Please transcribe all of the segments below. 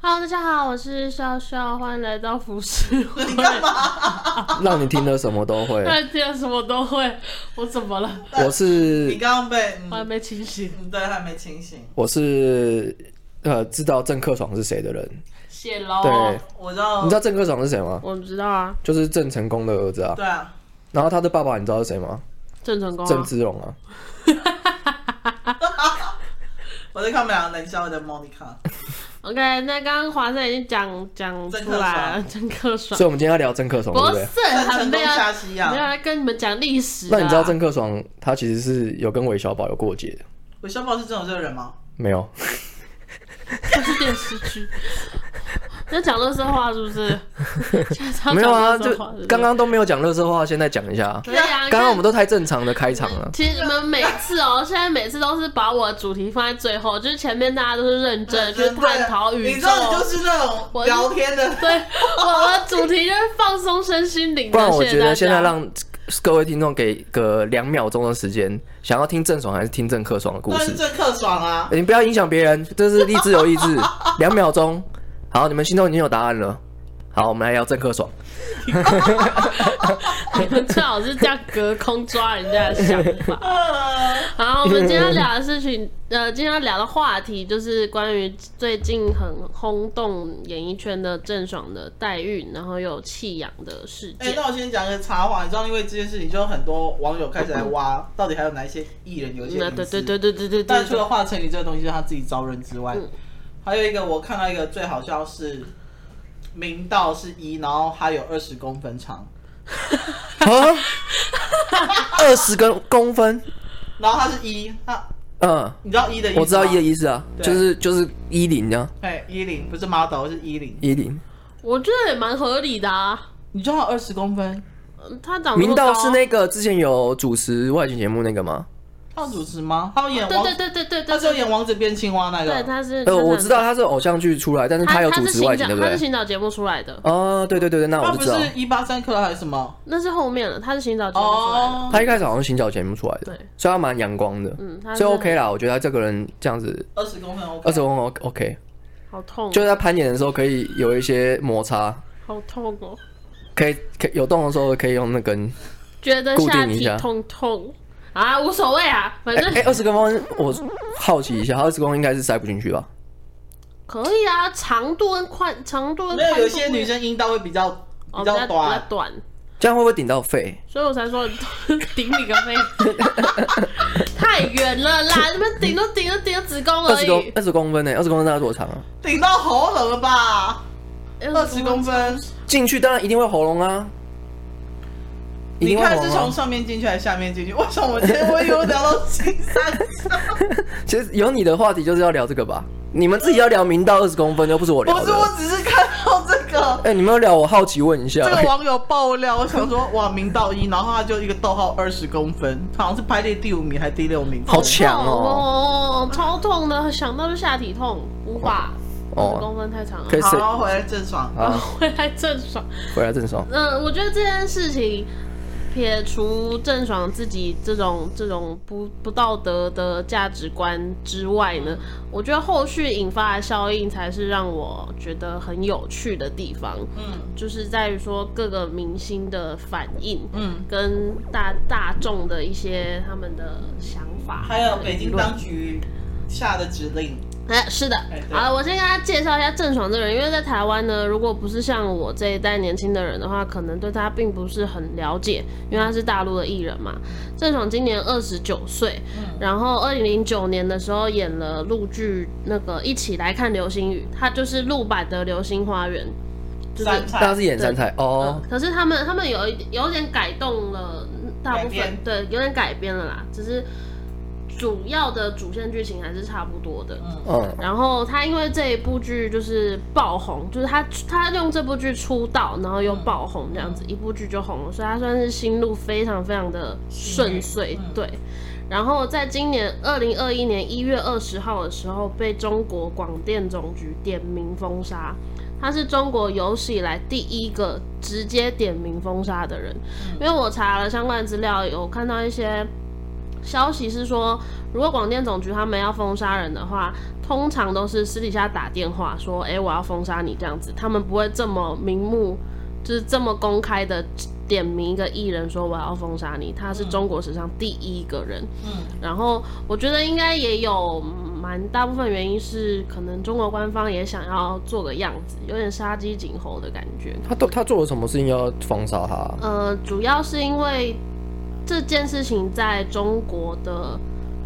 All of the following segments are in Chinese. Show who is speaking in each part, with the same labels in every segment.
Speaker 1: Hello，大家好，我是笑笑，欢迎来到服饰会。
Speaker 2: 你干嘛？
Speaker 3: 让你听了什么都 会。
Speaker 1: 那天什么都会，我怎么了？
Speaker 3: 我
Speaker 2: 你
Speaker 3: 是
Speaker 2: 刚刚被
Speaker 1: 我还
Speaker 2: 嗯，
Speaker 1: 没清醒。
Speaker 2: 嗯对，还没清醒。
Speaker 3: 我是呃，知道郑克爽是谁的人。
Speaker 1: 谢喽。
Speaker 3: 对，
Speaker 2: 我知道，
Speaker 3: 你知道郑克爽是谁吗？
Speaker 1: 我知道啊，
Speaker 3: 就是郑成功的儿子啊。
Speaker 2: 对啊，
Speaker 3: 然后他的爸爸你知道是谁吗？
Speaker 1: 郑成功、
Speaker 3: 郑
Speaker 1: 啊。
Speaker 3: 芝龙啊。
Speaker 2: 我在看我们两个冷笑的 Monica。
Speaker 1: OK，那刚刚华生已经讲讲出来了，郑克爽
Speaker 3: 所以。我们今天要聊郑克爽，对
Speaker 1: 不
Speaker 3: 不对
Speaker 1: 是？，啊还
Speaker 2: 成
Speaker 1: 没
Speaker 2: 功
Speaker 1: 有
Speaker 2: 下西
Speaker 1: 没有
Speaker 2: 洋，
Speaker 1: 来跟你们讲历史的啊。
Speaker 3: 那你知道郑克爽他其实是有跟韦小宝有过节的？
Speaker 2: 韦小宝是真有这个人吗？
Speaker 3: 没有，
Speaker 1: 这是电视剧？ 在讲乐色话是不 是？现在要
Speaker 3: 没有
Speaker 1: 讲垃
Speaker 3: 啊，
Speaker 1: 圾
Speaker 3: 就
Speaker 1: 话是不是
Speaker 3: 刚刚都没有讲乐色话，现在讲一下啊。
Speaker 1: 可以啊，
Speaker 3: 刚刚我们
Speaker 1: 都。
Speaker 3: 都太正常的开场了。
Speaker 1: 其实你们每次哦、现在每次都是把我的主题放在最后，就是前面大家都是认 真去探讨宇
Speaker 2: 你知
Speaker 1: 宙。
Speaker 2: 道你就是那种聊天的，
Speaker 1: 对，我的主题就是放松身心灵的。
Speaker 3: 不然我觉
Speaker 1: 谢
Speaker 3: 得现
Speaker 1: 谢大家
Speaker 3: 在让各位听众给个两秒钟的时间，想要听郑爽还是听郑克爽的故
Speaker 2: 那
Speaker 3: 事
Speaker 2: 是？郑克爽啊。
Speaker 3: 欸你不要影响别人，这是励志有励志，两秒钟。好，你们心中已经有答案了。好，我们来聊郑克爽。
Speaker 1: 你们最好是这样隔空抓人家的想法。
Speaker 2: 呃
Speaker 1: 好，我们今天要聊的事情，呃，今天要聊的话题就是关于最近很轰动演艺圈的郑爽的代孕，然后有弃养的事
Speaker 2: 哎、
Speaker 1: 件。
Speaker 2: 那我先讲一个插话，你知道，因为这件事情，就有很多网友开始来挖，到底还有哪一些艺人有一些
Speaker 1: 那
Speaker 2: 隐
Speaker 1: 对
Speaker 2: 私
Speaker 1: 对对对对对
Speaker 2: 但除
Speaker 1: 对，
Speaker 2: 了华晨宇这个东西是他自己招认之外，
Speaker 1: 嗯
Speaker 2: 还有一个我看到一个最好笑是，明道是一，然后他有二十公分长，
Speaker 3: 啊，二十个公分，
Speaker 2: 然后他是一，他
Speaker 3: 嗯，
Speaker 2: 你知道一的意思吗
Speaker 3: 我知道一的，意思啊，
Speaker 2: 对
Speaker 3: 就是就是一零啊，
Speaker 2: 哎，一零不是 model 是一零，
Speaker 3: 一零。
Speaker 1: 我觉得也蛮合理的啊。
Speaker 2: 你知道二十公分，
Speaker 1: 嗯他长那么
Speaker 3: 明道
Speaker 1: 高
Speaker 3: 是那个之前有主持外景节目那个吗？
Speaker 2: 他有主持吗？他有演
Speaker 1: 哦对
Speaker 2: 王，
Speaker 1: 对对对对对，
Speaker 2: 他是有演王子变青蛙
Speaker 1: 对
Speaker 2: 那个，
Speaker 1: 他是
Speaker 3: 呃，我知道
Speaker 1: 他
Speaker 3: 他是偶像剧出来，但是有主
Speaker 1: 是
Speaker 3: 持外
Speaker 1: 寻找
Speaker 3: 景，对不
Speaker 1: 他是
Speaker 3: 对？
Speaker 1: 寻找节目出来的，
Speaker 3: 哦，对对对对，那我
Speaker 2: 他
Speaker 3: 就
Speaker 2: 不
Speaker 3: 知道，
Speaker 2: 是一八三克还是什么？
Speaker 1: 那是后面了，他是寻找节目出来的。
Speaker 2: 哦，
Speaker 3: 他一开始好像新角节目出来的
Speaker 1: 对，
Speaker 3: 所以他蛮阳光的，
Speaker 1: 嗯，他是
Speaker 3: 所以 OK 啦，我觉得他这个人这样子
Speaker 2: 二十公分 OK，
Speaker 3: 二十公分 OK。
Speaker 1: 好痛，
Speaker 3: 就是在攀岩的时候可以有一些摩擦，
Speaker 1: 好痛哦，
Speaker 3: 可以可以有动的时候可以用那根。
Speaker 1: 觉得
Speaker 3: 固定
Speaker 1: 下
Speaker 3: 一
Speaker 1: 体
Speaker 3: 下
Speaker 1: 痛痛啊，无所谓啊，反
Speaker 3: 哎
Speaker 1: 正
Speaker 3: 哎，二、十公分，我好奇一下，二十公分应该是塞不进去吧？
Speaker 1: 可以啊，长度跟宽长度跟
Speaker 2: 没
Speaker 1: 宽
Speaker 2: 有
Speaker 1: 度
Speaker 2: 有一些女生阴道会比较
Speaker 1: 哦
Speaker 2: 比
Speaker 1: 比较
Speaker 2: 较
Speaker 1: 比
Speaker 2: 短
Speaker 1: 较，短，
Speaker 3: 这样会不会顶到肺？
Speaker 1: 所以我才说 顶你个肺， 太远了 啦，你们顶都顶都顶到子宫
Speaker 3: 二
Speaker 1: 而
Speaker 3: 十公
Speaker 1: 已，
Speaker 3: 二十公分呢、二十公分大概多长啊？
Speaker 2: 顶到喉咙了吧？二十公
Speaker 1: 分，
Speaker 2: 分，
Speaker 3: 进去当然一定会喉咙啊，一
Speaker 2: 你
Speaker 3: 定会
Speaker 2: 看
Speaker 3: 喉
Speaker 2: 是
Speaker 3: 咙、
Speaker 2: 从
Speaker 3: 啊。
Speaker 2: 上面进去还是下面进去？为什么我今天我以为我聊到心上上？
Speaker 3: 其实有你的话题就是要聊这个吧？你们自己要聊明道二十公分，又不是我聊
Speaker 2: 不是，
Speaker 3: 的。
Speaker 2: 我只是看到这个
Speaker 3: 哎、你们要聊，我好奇问一下
Speaker 2: 这、个网友爆料，我想说哇，明道一，然后他就一个逗号二十公分，他好像是排列第五名还是第六名？
Speaker 3: 好强
Speaker 1: 痛
Speaker 3: 哦、
Speaker 1: 哦，超痛的，想到就下体痛，无法，二
Speaker 3: 哦
Speaker 1: 十公分太长了
Speaker 3: 可。以
Speaker 2: 好，
Speaker 3: 谁
Speaker 2: 然后回来郑爽，
Speaker 3: 啊，
Speaker 1: 回来郑爽，
Speaker 3: 回来郑 爽，
Speaker 1: 嗯、我觉得这件事情，撇除郑爽自己这种这种不不道德的价值观之外呢，我觉得后续引发的效应才是让我觉得很有趣的地方，
Speaker 2: 嗯
Speaker 1: 就是在于说各个明星的反应，
Speaker 2: 嗯，
Speaker 1: 跟大大众的一些他们的想法，
Speaker 2: 还有北京当局下的指令，
Speaker 1: 哎，是的
Speaker 2: 哎，对
Speaker 1: 好了，我先跟大家介绍一下郑爽这个人，因为在台湾呢，如果不是像我这一代年轻的人的话，可能对她并不是很了解，因为她是大陆的艺人嘛。郑爽今年二十九岁，
Speaker 3: 嗯
Speaker 2: 嗯
Speaker 1: 然后二零零九年的时候演了陆剧那个《一起来看流星雨》，她就是陆版的《流星花园》，就是
Speaker 2: 三
Speaker 3: 大家
Speaker 2: 菜
Speaker 3: 是演三台哦
Speaker 1: 可是他们他们有一点有点改动了，大部
Speaker 2: 改
Speaker 1: 分
Speaker 2: 编
Speaker 1: 对有点改编了啦，只是主要的主线剧情还是差不多的。
Speaker 3: 嗯，
Speaker 1: 然后他因为这一部剧就是爆红，就是他他用这部剧出道，然后又爆红这样子，一部剧就红了，所以他算是心路非常非常的顺遂
Speaker 2: 嗯，
Speaker 1: 对。然后在今年二零二一年一月二十号的时候，被中国广电总局点名封杀。他是中国有史以来第一个直接点名封杀的人，因为我查了相关资料，有看到一些消息是说，如果广电总局他们要封杀人的话，通常都是私底下打电话说，哎、我要封杀你这样子，他们不会这么明目，就是这么公开的点名一个艺人说我要封杀你，他是中国史上第一个人。
Speaker 4: 嗯，
Speaker 1: 然后我觉得应该也有蛮大部分原因是，可能中国官方也想要做个样子，有点杀鸡儆猴的感觉。
Speaker 3: 他都他做了什么事情要封杀他啊？
Speaker 1: 呃，主要是因为这件事情在中国的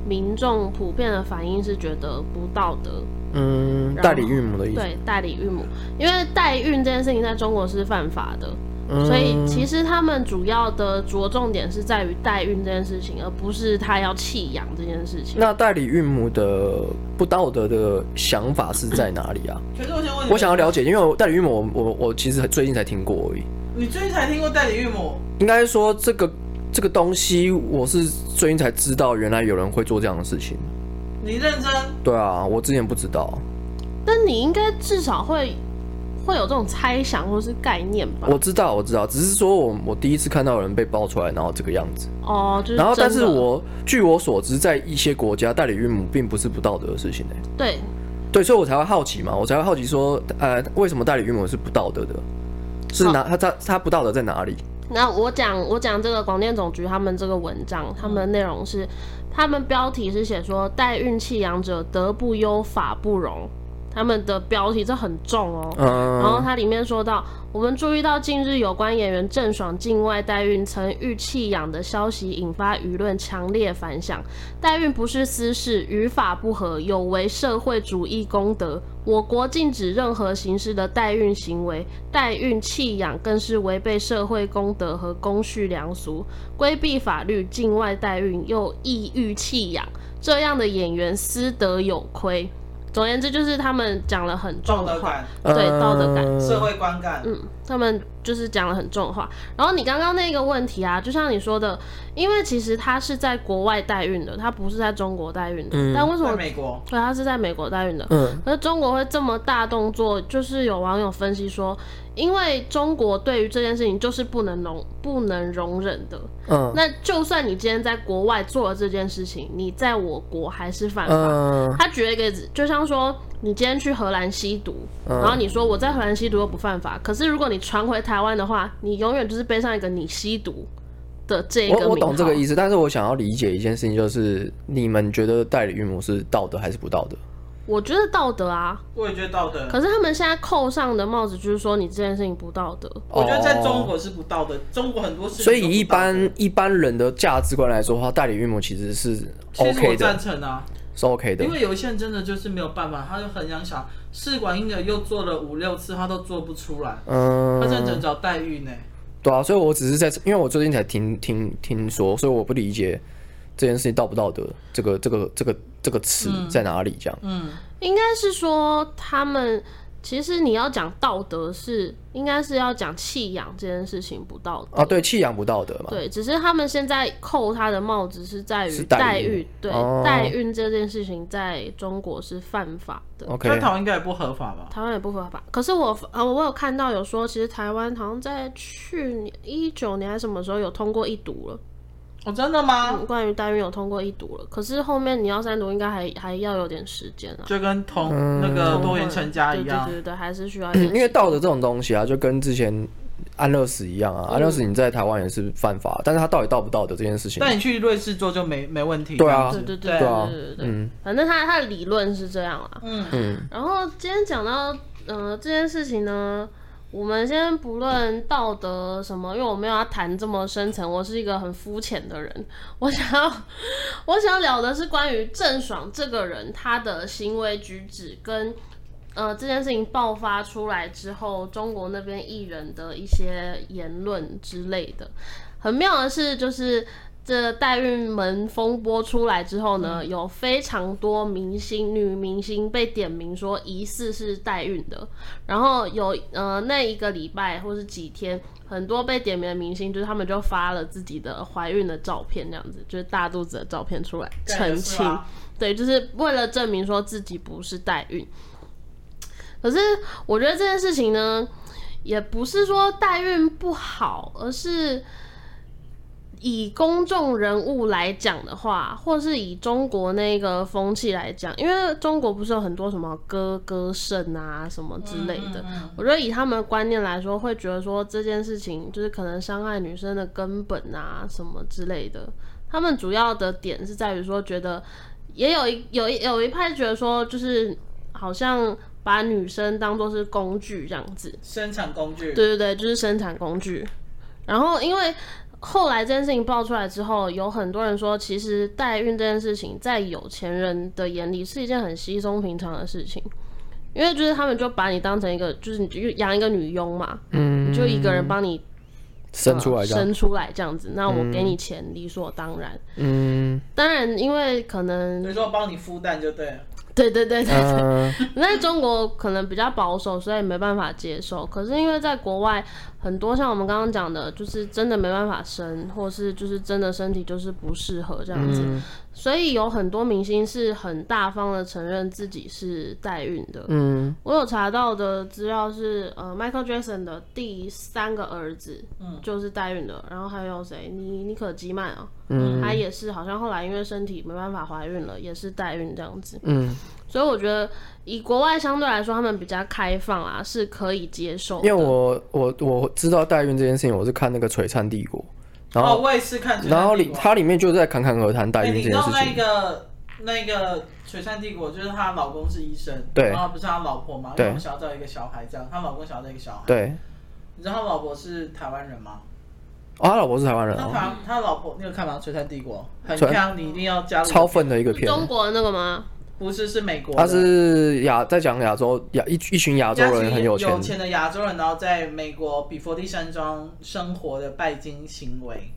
Speaker 1: 民众普遍的反应是觉得不道德，
Speaker 3: 嗯，代理孕母的意思。
Speaker 1: 对代理孕母，因为代孕这件事情在中国是犯法的，
Speaker 3: 嗯
Speaker 1: 所以其实他们主要的着重点是在于代孕这件事情，而不是他要弃养这件事情。
Speaker 3: 那代理孕母的不道德的想法是在哪里
Speaker 1: 嗯
Speaker 3: 啊？
Speaker 2: 可是我想问你，
Speaker 3: 我想要了解，因为我代理孕母我，我我其实最近才听过而已。
Speaker 2: 你最近才听过代理孕母？
Speaker 3: 应该说这个这个东西，我是最近才知道，原来有人会做这样的事情。
Speaker 2: 你认真？
Speaker 3: 对啊，我之前不知道，
Speaker 1: 但你应该至少会会有这种猜想或是概念吧？
Speaker 3: 我知道，我知道，只是说我我第一次看到有人被爆出来，然后这个样子。
Speaker 1: 哦，就是
Speaker 3: 然后，但
Speaker 1: 真
Speaker 3: 是
Speaker 1: 的
Speaker 3: 我据我所知，在一些国家，代理孕母并不是不道德的事情呢、欸
Speaker 1: 对
Speaker 3: 对，所以我才会好奇嘛，我才会好奇说，呃，为什么代理孕母是不道德的？是哪
Speaker 1: 哦
Speaker 3: 他他他不道德在哪里？
Speaker 1: 那我讲我讲这个广电总局他们这个文章，他们的内容是，他们标题是写说代孕弃养者德不优法不容，他们的标题这很重哦。然后
Speaker 3: 嗯，
Speaker 1: 它里面说到，我们注意到近日有关演员郑爽境外代孕曾遇弃养的消息，引发舆论强烈反响。代孕不是私事，与法不合，有违社会主义公德。我国禁止任何形式的代孕行为，代孕弃养更是违背社会公德和公序良俗，规避法律。境外代孕又意欲弃养，这样的演员私德有亏。总而言之，就是他们讲了很重
Speaker 2: 道
Speaker 1: 的
Speaker 2: 德
Speaker 1: 话。
Speaker 2: 感、
Speaker 1: 对道德感
Speaker 3: 嗯
Speaker 2: 社会观感，
Speaker 1: 嗯，他们就是讲了很重的话。然后你刚刚那个问题啊，就像你说的，因为其实他是在国外代孕的，他不是在中国代孕的。
Speaker 3: 嗯
Speaker 1: 但为什
Speaker 2: 在
Speaker 1: 么？
Speaker 2: 美国，
Speaker 1: 对，他是在美国代孕的。
Speaker 3: 嗯
Speaker 1: 可是中国会这么大动作，就是有网友分析说，因为中国对于这件事情就是不能容不能容忍的。
Speaker 3: 嗯
Speaker 1: 那就算你今天在国外做了这件事情，你在我国还是犯法。
Speaker 3: 嗯
Speaker 1: 他举了一个，就像说你今天去荷兰吸毒，
Speaker 3: 嗯
Speaker 1: 然后你说我在荷兰吸毒又不犯法，可是如果你传回台湾的话，你永远就是背上一个你吸毒的这一个
Speaker 3: 我我懂这个意
Speaker 1: 思，
Speaker 3: 思，但是我想要理解一件事情，就是你们觉得代理孕母是道德还是不道德？
Speaker 1: 我觉得道德啊，
Speaker 2: 我也觉得道德。
Speaker 1: 可是他们现在扣上的帽子就是说你这件事情不道德，
Speaker 2: 我觉得在中
Speaker 3: 哦，
Speaker 2: 国是不道德，中国很多事情都不道德。
Speaker 3: 所以以一般一般人的价值观来说的话，代理孕母其实是
Speaker 2: 其实我
Speaker 3: OK
Speaker 2: 赞
Speaker 3: 的，
Speaker 2: 成啊，
Speaker 3: 是 OK 的
Speaker 2: 因。为有一些人真的就是没有办法，他就很想想试管婴儿又做了五六次，他都做不出来，他真的只能
Speaker 3: 嗯，
Speaker 2: 找代孕呢。
Speaker 3: 对啊，所以我只是在，因为我最近才听听听说，所以我不理解这件事情道不道德，这个这个这个这个词在哪里这样。
Speaker 2: 嗯，
Speaker 1: 应该是说他们。其实你要讲道德是，应该是要讲弃养这件事情不道德
Speaker 3: 啊，对，弃养不道德嘛。
Speaker 1: 对，只是他们现在扣他的帽子是在于
Speaker 3: 是代
Speaker 1: 代
Speaker 3: 孕
Speaker 1: 孕，对、
Speaker 3: 哦
Speaker 1: 代孕这件事情在中国是犯法的。
Speaker 3: OK，
Speaker 2: 在台湾应该也不合法吧？
Speaker 1: 台湾也不合法，可是我呃，我有看到有说，其实台湾好像在去年一九年还是什么时候有通过一读了，嗯
Speaker 2: 哦，真的吗？
Speaker 1: 关于代孕有通过一读了。可是后面你要三读，应该还还要有点时间啊。
Speaker 2: 就跟同那
Speaker 3: 嗯
Speaker 2: 个多元成家一样
Speaker 1: 对，对对对，还是需要一点时间。
Speaker 3: 因为道德这种东西啊，就跟之前安乐死一样
Speaker 2: 嗯
Speaker 3: 啊，安乐死你在台湾也是犯法，但是他到底道不道德这件事情，
Speaker 2: 但你去瑞士做就没没问题。
Speaker 3: 对啊
Speaker 2: 这样子
Speaker 1: 对对
Speaker 2: 对
Speaker 1: 对
Speaker 3: 啊
Speaker 1: 对对对，
Speaker 3: 嗯
Speaker 1: 反正他他的理论是这样啦。
Speaker 2: 嗯
Speaker 3: 嗯
Speaker 1: 然后今天讲到呃这件事情呢，我们先不论道德什么，因为我没有要谈这么深层，我是一个很肤浅的人。 我想要我想要聊的是关于郑爽这个人他的行为举止跟。呃，这件事情爆发出来之后，中国那边艺人的一些言论之类的，很妙的是，就是这代孕门风波出来之后呢，有非常多明星、女明星被点名说疑似是代孕的，然后有呃那一个礼拜或是几天，很多被点名的明星就是他们就发了自己的怀孕的照片，这样子就是大肚子的照片出来
Speaker 2: 感觉
Speaker 1: 澄
Speaker 2: 是
Speaker 1: 清
Speaker 2: 吧，
Speaker 1: 对，就是为了证明说自己不是代孕。可是我觉得这件事情呢，也不是说代孕不好，而是以公众人物来讲的话，或是以中国那个风气来讲，因为中国不是有很多什么歌歌圣啊什么之类的，我觉得以他们的观念来说，会觉得说这件事情就是可能伤害女生的根本啊什么之类的。他们主要的点是在于说，觉得也有一有一有一派觉得说，就是好像把女生当做是工具这样子，
Speaker 2: 生产工具，
Speaker 1: 对对对，就是生产工具。然后因为后来这件事情爆出来之后，有很多人说，其实代孕这件事情在有钱人的眼里是一件很稀松平常的事情，因为就是他们就把你当成一个，就是你就养一个女佣嘛，
Speaker 3: 嗯，
Speaker 1: 就一个人帮你
Speaker 3: 生出来这样，
Speaker 1: 生出来这样子，那我给你钱理所当然。
Speaker 3: 嗯，
Speaker 1: 当然，因为可
Speaker 2: 所以
Speaker 1: 能
Speaker 2: 说帮你孵蛋就对了。
Speaker 1: 对对对对
Speaker 3: 呃，
Speaker 1: 在中国可能比较保守，所以没办法接受。可是因为在国外，很多像我们刚刚讲的，就是真的没办法生，或是就是真的身体就是不适合这样子，
Speaker 3: 嗯
Speaker 1: 所以有很多明星是很大方的承认自己是代孕的。
Speaker 3: 嗯，
Speaker 1: 我有查到的资料是，呃，Michael Jackson 的第三个儿子，嗯，就是代孕的，然后还有谁？尼尼可基曼啊，嗯，他也是，好像后来因为身体没办法怀孕了，也是代孕这样子，
Speaker 3: 嗯，
Speaker 1: 所以我觉得以国外相对来说，他们比较开放啊，是可以接受的。
Speaker 3: 因为我我我知道代孕这件事情，我是看那个《璀璨帝国》，然
Speaker 2: 哦，
Speaker 3: 后、
Speaker 2: 我也是看璀璨帝国。
Speaker 3: 然后里它里面就在侃侃而谈代
Speaker 2: 哎
Speaker 3: 孕这
Speaker 2: 你知
Speaker 3: 件
Speaker 2: 道
Speaker 3: 事
Speaker 2: 那
Speaker 3: 情，
Speaker 2: 个那个璀璨帝国，就是她老公是医生，
Speaker 3: 对
Speaker 2: 然后不是她老婆嘛，
Speaker 3: 对
Speaker 2: 然后想要找一个小孩这样，她老公想要找一个小孩。
Speaker 3: 对，
Speaker 2: 你知道她老婆是台湾人吗？
Speaker 3: 哦，他老婆是台湾人
Speaker 2: 她
Speaker 3: 哦，
Speaker 2: 台她老婆，你有看吗？璀璨帝国很
Speaker 3: 传
Speaker 2: 强，你一定要加入。
Speaker 3: 超粉的一个
Speaker 1: 是
Speaker 3: 片，
Speaker 1: 中国的那个吗？
Speaker 2: 不是是美国的，
Speaker 3: 他是亚在讲亚洲亚一一群亚洲人很有
Speaker 2: 有
Speaker 3: 钱，
Speaker 2: 的亚洲人，然后在美国比佛利山庄生活的拜金行为，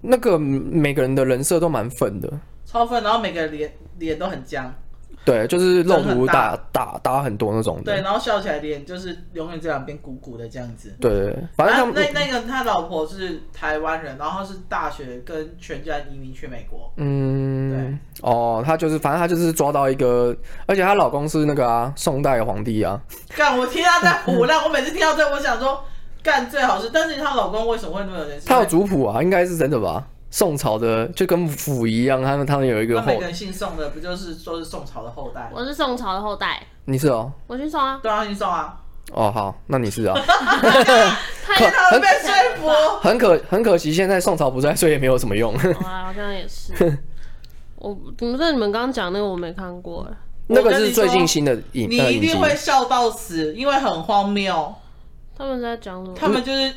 Speaker 3: 那个每个人的人设都蛮粉的，
Speaker 2: 超粉，然后每个脸脸都很僵，
Speaker 3: 对，就是肉
Speaker 2: 真的很
Speaker 3: 图
Speaker 2: 大
Speaker 3: 打打打很多那种
Speaker 2: 对，
Speaker 3: 的，
Speaker 2: 然后笑起来脸就是永远这两边鼓鼓的这样子。
Speaker 3: 对对，对反正他
Speaker 2: 啊
Speaker 3: 们、
Speaker 2: 那那个他老婆是台湾人，然后是大学跟全家移民去美国，
Speaker 3: 嗯，哦，她就是，反正她就是抓到一个，而且她老公是那个啊，宋代皇帝啊，
Speaker 2: 干，我听他在胡乱，我每次听到这，我想说，干最好是，但是她老公为什么会那么有钱？
Speaker 3: 她有族谱啊，应该是真的吧？宋朝的就跟溥仪一样，他们他们有一
Speaker 2: 那
Speaker 3: 个
Speaker 2: 每
Speaker 3: 后
Speaker 2: 个，人姓宋的，不就是说是宋朝的后代？
Speaker 1: 我是宋朝的后代，
Speaker 3: 你是哦，
Speaker 1: 我姓宋啊。
Speaker 2: 对啊，姓宋啊，
Speaker 3: 哦好，那你是啊，
Speaker 1: 太
Speaker 3: 可
Speaker 2: 他被说服。
Speaker 3: 很可很可惜，现在宋朝不在，所以也没有什么用。
Speaker 1: 好啊，好像也是。我怎么在你们刚刚讲那个我没看过？
Speaker 3: 那个
Speaker 2: 我跟
Speaker 3: 是
Speaker 2: 你说
Speaker 3: 最近新的影
Speaker 2: 你
Speaker 3: 呃
Speaker 2: 一
Speaker 3: 影集
Speaker 2: 定，会笑到死，因为很荒谬。
Speaker 1: 他们在讲什么？
Speaker 2: 他们就是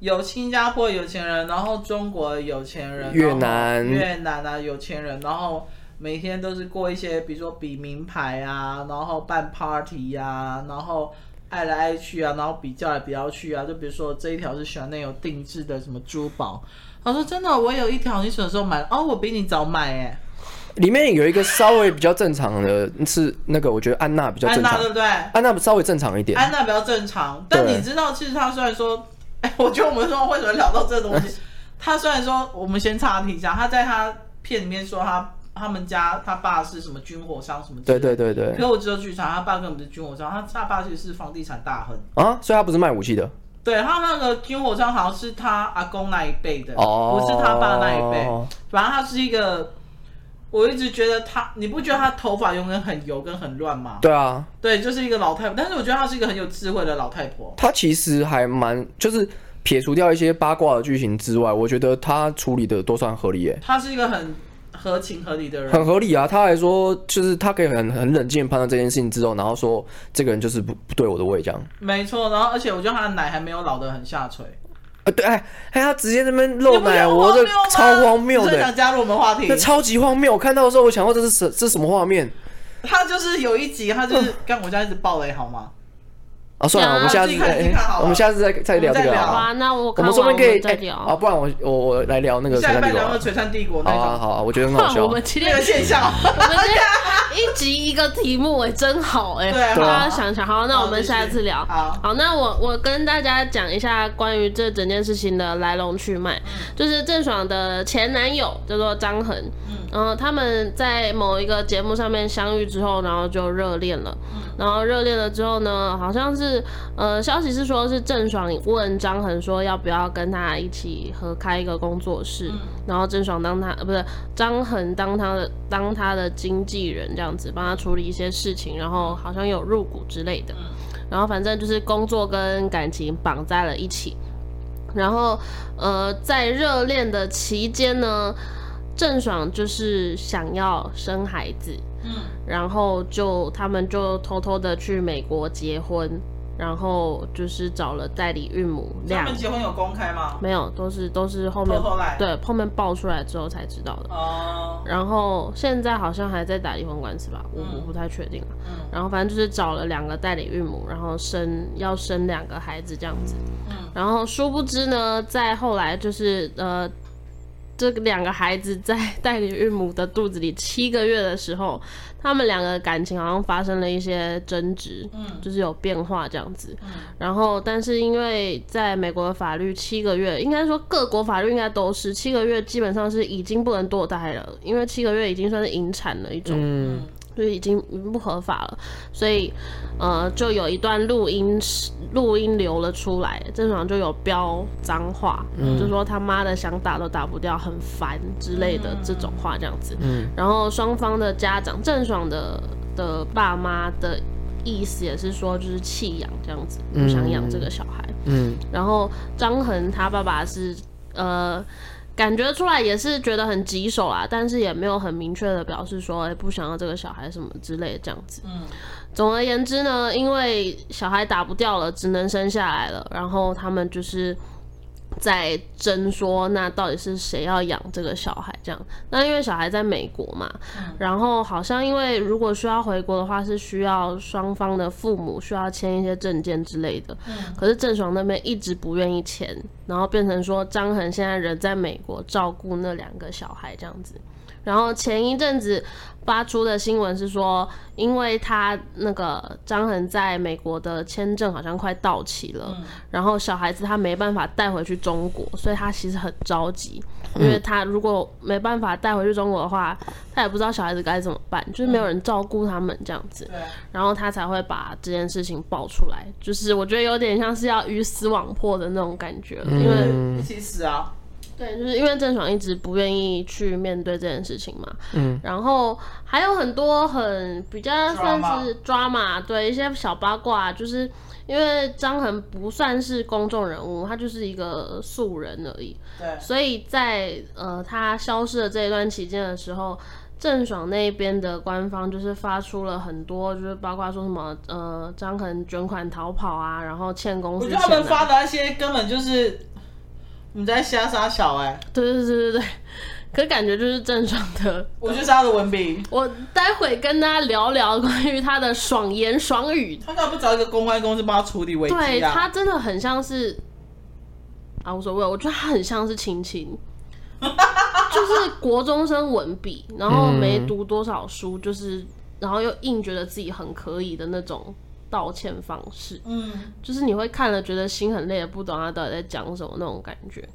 Speaker 2: 有新加坡有钱人，然后中国有钱人，
Speaker 3: 越
Speaker 2: 然后
Speaker 3: 南
Speaker 2: 越南啊有钱人，然后每天都是过一些，比如说比名牌啊，然后办 party 啊，然后。爱来爱去啊，然后比较来比较去啊，就比如说这一条是 Chanel 定制的什么珠宝，他说真的，我有一条，你什么时候买？哦，我比你早买哎、
Speaker 3: 里面有一个稍微比较正常的是那个，我觉得安娜比较
Speaker 2: 安
Speaker 3: 正
Speaker 2: 娜
Speaker 3: 常
Speaker 2: 对，不对？
Speaker 3: 安娜稍微正常一点，
Speaker 2: 安娜比较正常，但
Speaker 3: 对
Speaker 2: 你知道，其实他虽然说，哎、我觉得我们说为什么聊到这东西， 他虽然说，我们先岔题一下，他在他片里面说他他们家他爸是什么军火商什么之
Speaker 3: 对
Speaker 2: 类的，
Speaker 3: 对对对
Speaker 2: 可，是我只有去查，他爸根本不是军火商，他他爸其实是房地产大亨，
Speaker 3: 啊，所以她不是卖武器的，
Speaker 2: 对他那个军火商好像是他阿公那一辈的，
Speaker 3: 哦，
Speaker 2: 不是他爸那一辈，反正他是一个。我一直觉得他，你不觉得他头发永远很油跟很乱吗？
Speaker 3: 对啊，
Speaker 2: 对，就是一个老太婆，但是我觉得她是一个很有智慧的老太婆。
Speaker 3: 他其实还蛮，就是撇除掉一些八卦的剧情之外，我觉得他处理的都算合理耶，
Speaker 2: 他是一个很合情合理的人，
Speaker 3: 很合理啊。他还说，就是他可以很很冷静地判断这件事情之后，然后说这个人就是不不对我的胃这样。
Speaker 2: 没错。然后，而且我觉得他的奶还没有老得很下垂，
Speaker 3: 啊，对，哎哎，他直接在那边露奶，
Speaker 2: 你不觉得
Speaker 3: 我这
Speaker 2: 很荒
Speaker 3: 超
Speaker 2: 谬吗
Speaker 3: 荒谬
Speaker 2: 你是不是
Speaker 3: 的
Speaker 2: 想，加入我们话题
Speaker 3: 那，超级荒谬。我看到的时候，我想说这是什这是什么画面
Speaker 2: 他就是有一集，他就是干我家一直爆雷好吗？
Speaker 3: 啊？算
Speaker 1: 对啊
Speaker 3: 了，我们下
Speaker 2: 自
Speaker 3: 次
Speaker 2: 己看自己看好了
Speaker 3: 我们下次再再聊这
Speaker 2: 我
Speaker 3: 个
Speaker 2: 们
Speaker 1: 好
Speaker 2: 再聊
Speaker 3: 啊。
Speaker 1: 啊，那我
Speaker 3: 我
Speaker 1: 看
Speaker 3: 们
Speaker 1: 完
Speaker 3: 说不定可以
Speaker 1: 再
Speaker 3: 哎，
Speaker 1: 聊。
Speaker 3: 啊，不然我我我来聊那个《
Speaker 2: 下
Speaker 3: 璀
Speaker 2: 一
Speaker 3: 璨
Speaker 2: 半
Speaker 3: 帝国
Speaker 2: 聊
Speaker 3: 啊
Speaker 2: 个《璀璨帝国》那
Speaker 3: 好啊
Speaker 2: 种
Speaker 3: 好啊，我觉得很好
Speaker 1: 哇
Speaker 3: 笑。
Speaker 1: 我们今
Speaker 2: 那
Speaker 1: 天
Speaker 2: 个现象，
Speaker 1: 我们今天一集一个题目，哎，真好哎、
Speaker 2: 对啊
Speaker 1: 大家想想，好， 那我们下一次聊。
Speaker 2: 好
Speaker 1: 那我我跟大家讲一下关于这整件事情的来龙去脉，就是郑爽的前男友叫做张恒，然后他们在某一个节目上面相遇之后，然后就热恋了，然后热恋了之后呢，好像是是呃，消息是说是郑爽问张恒说要不要跟他一起合开一个工作室，然后郑爽当他呃不是张恒当他的当他的经纪人这样子，帮他处理一些事情，然后好像有入股之类的，然后反正就是工作跟感情绑在了一起。然后，呃，在热恋的期间呢，郑爽就是想要生孩子，
Speaker 4: 嗯，
Speaker 1: 然后就他们就偷偷的去美国结婚，然后就是找了代理孕母
Speaker 4: 他
Speaker 1: 两
Speaker 4: 们，结婚有公开吗？
Speaker 1: 没有，都是都是后面
Speaker 4: 偷偷来
Speaker 1: 对后面爆出来之后才知道的。
Speaker 4: 哦，
Speaker 1: 然后现在好像还在打离婚官司吧，我我
Speaker 4: 嗯
Speaker 1: 不太确定啊了。
Speaker 4: 嗯
Speaker 1: 然后反正就是找了两个代理孕母，然后生要生两个孩子这样子。
Speaker 4: 嗯
Speaker 1: 然后殊不知呢，在后来就是呃，这个两个孩子在 代理孕母的肚子里七个月的时候，他们两个感情好像发生了一些争执，
Speaker 4: 嗯
Speaker 1: 就是有变化这样子。
Speaker 4: 嗯
Speaker 1: 然后，但是因为在美国的法律，七个月应该说各国法律应该都是七个月，基本上是已经不能堕胎了，因为七个月已经算是引产的一种。
Speaker 3: 嗯，
Speaker 4: 嗯
Speaker 1: 就是已经不合法了，所以呃，就有一段录音录音流了出来，郑爽就有飙脏话，就说他妈的想打都打不掉，很烦之类的这种话这样子。
Speaker 3: 嗯
Speaker 1: 然后双方的家长，郑爽的的爸妈的意思也是说，就是弃养这样子，不想养这个小孩。
Speaker 3: 嗯
Speaker 1: 然后张恒他爸爸是呃，感觉出来也是觉得很棘手啦，但是也没有很明确的表示说，哎、不想要这个小孩什么之类的这样子。
Speaker 4: 嗯
Speaker 1: 总而言之呢，因为小孩打不掉了，只能生下来了，然后他们就是。在争说，那到底是谁要养这个小孩？这样，那因为小孩在美国嘛，
Speaker 4: 嗯
Speaker 1: 然后好像因为如果需要回国的话，是需要双方的父母需要签一些证件之类的。
Speaker 4: 嗯
Speaker 1: 可是郑爽那边一直不愿意签，然后变成说张恒现在人在美国照顾那两个小孩这样子。然后前一阵子发出的新闻是说，因为他那个张恒在美国的签证好像快到期了，
Speaker 4: 嗯
Speaker 1: 然后小孩子他没办法带回去中国，所以他其实很着急，因为他如果没办法带回去中国的话，他也不知道小孩子该怎么办，就是没有人照顾他们这样
Speaker 2: 嗯
Speaker 1: 子。
Speaker 4: 对，
Speaker 1: 然后他才会把这件事情爆出来，就是我觉得有点像是要鱼死网破的那种感觉，因为
Speaker 3: 嗯
Speaker 2: 一起死啊！
Speaker 1: 对，就是因为郑爽一直不愿意去面对这件事情嘛，
Speaker 3: 嗯，
Speaker 1: 然后还有很多很比较算是 drama，对一些小八卦，就是因为张恒不算是公众人物，他就是一个素人而已，
Speaker 4: 对，
Speaker 1: 所以在呃他消失的这一段期间的时候，郑爽那边的官方就是发出了很多，就是包括说什么呃张恒卷款逃跑啊，然后欠公
Speaker 4: 我
Speaker 1: 司
Speaker 4: 觉
Speaker 1: 钱、
Speaker 4: 得
Speaker 1: 啊
Speaker 4: 他，们发的那些根本就是你在瞎杀小哎、
Speaker 1: 对对对对对，可感觉就是郑爽的。
Speaker 4: 我就是他的文笔，
Speaker 1: 我待会跟大家聊聊关于他的爽言爽语，
Speaker 4: 他干嘛不找一个公关公司帮他处理危
Speaker 1: 对
Speaker 4: 机啊？
Speaker 1: 他真的很像是啊无所谓，我觉得他很像是青青。就是国中生文笔，然后没读多少书，就是然后又硬觉得自己很可以的那种道歉方式，
Speaker 4: 嗯
Speaker 1: 就是你会看了觉得心很累，不懂他到底在讲什么那种感觉。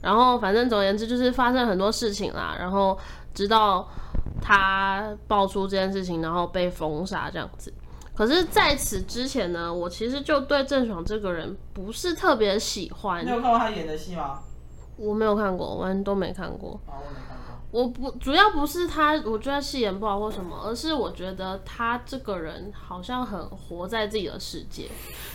Speaker 1: 然后反正总而言之就是发生很多事情啦，然后直到他爆出这件事情，然后被封杀这样子。可是，在此之前呢，我其实就对郑爽这个人不是特别喜欢
Speaker 4: 你，有看过他演的戏吗？
Speaker 1: 我没有看过，完都没看过。
Speaker 4: 啊，我没看过。
Speaker 1: 我不主要不是他，我觉得戏演不好或什么，而是我觉得他这个人好像很活在自己的世界。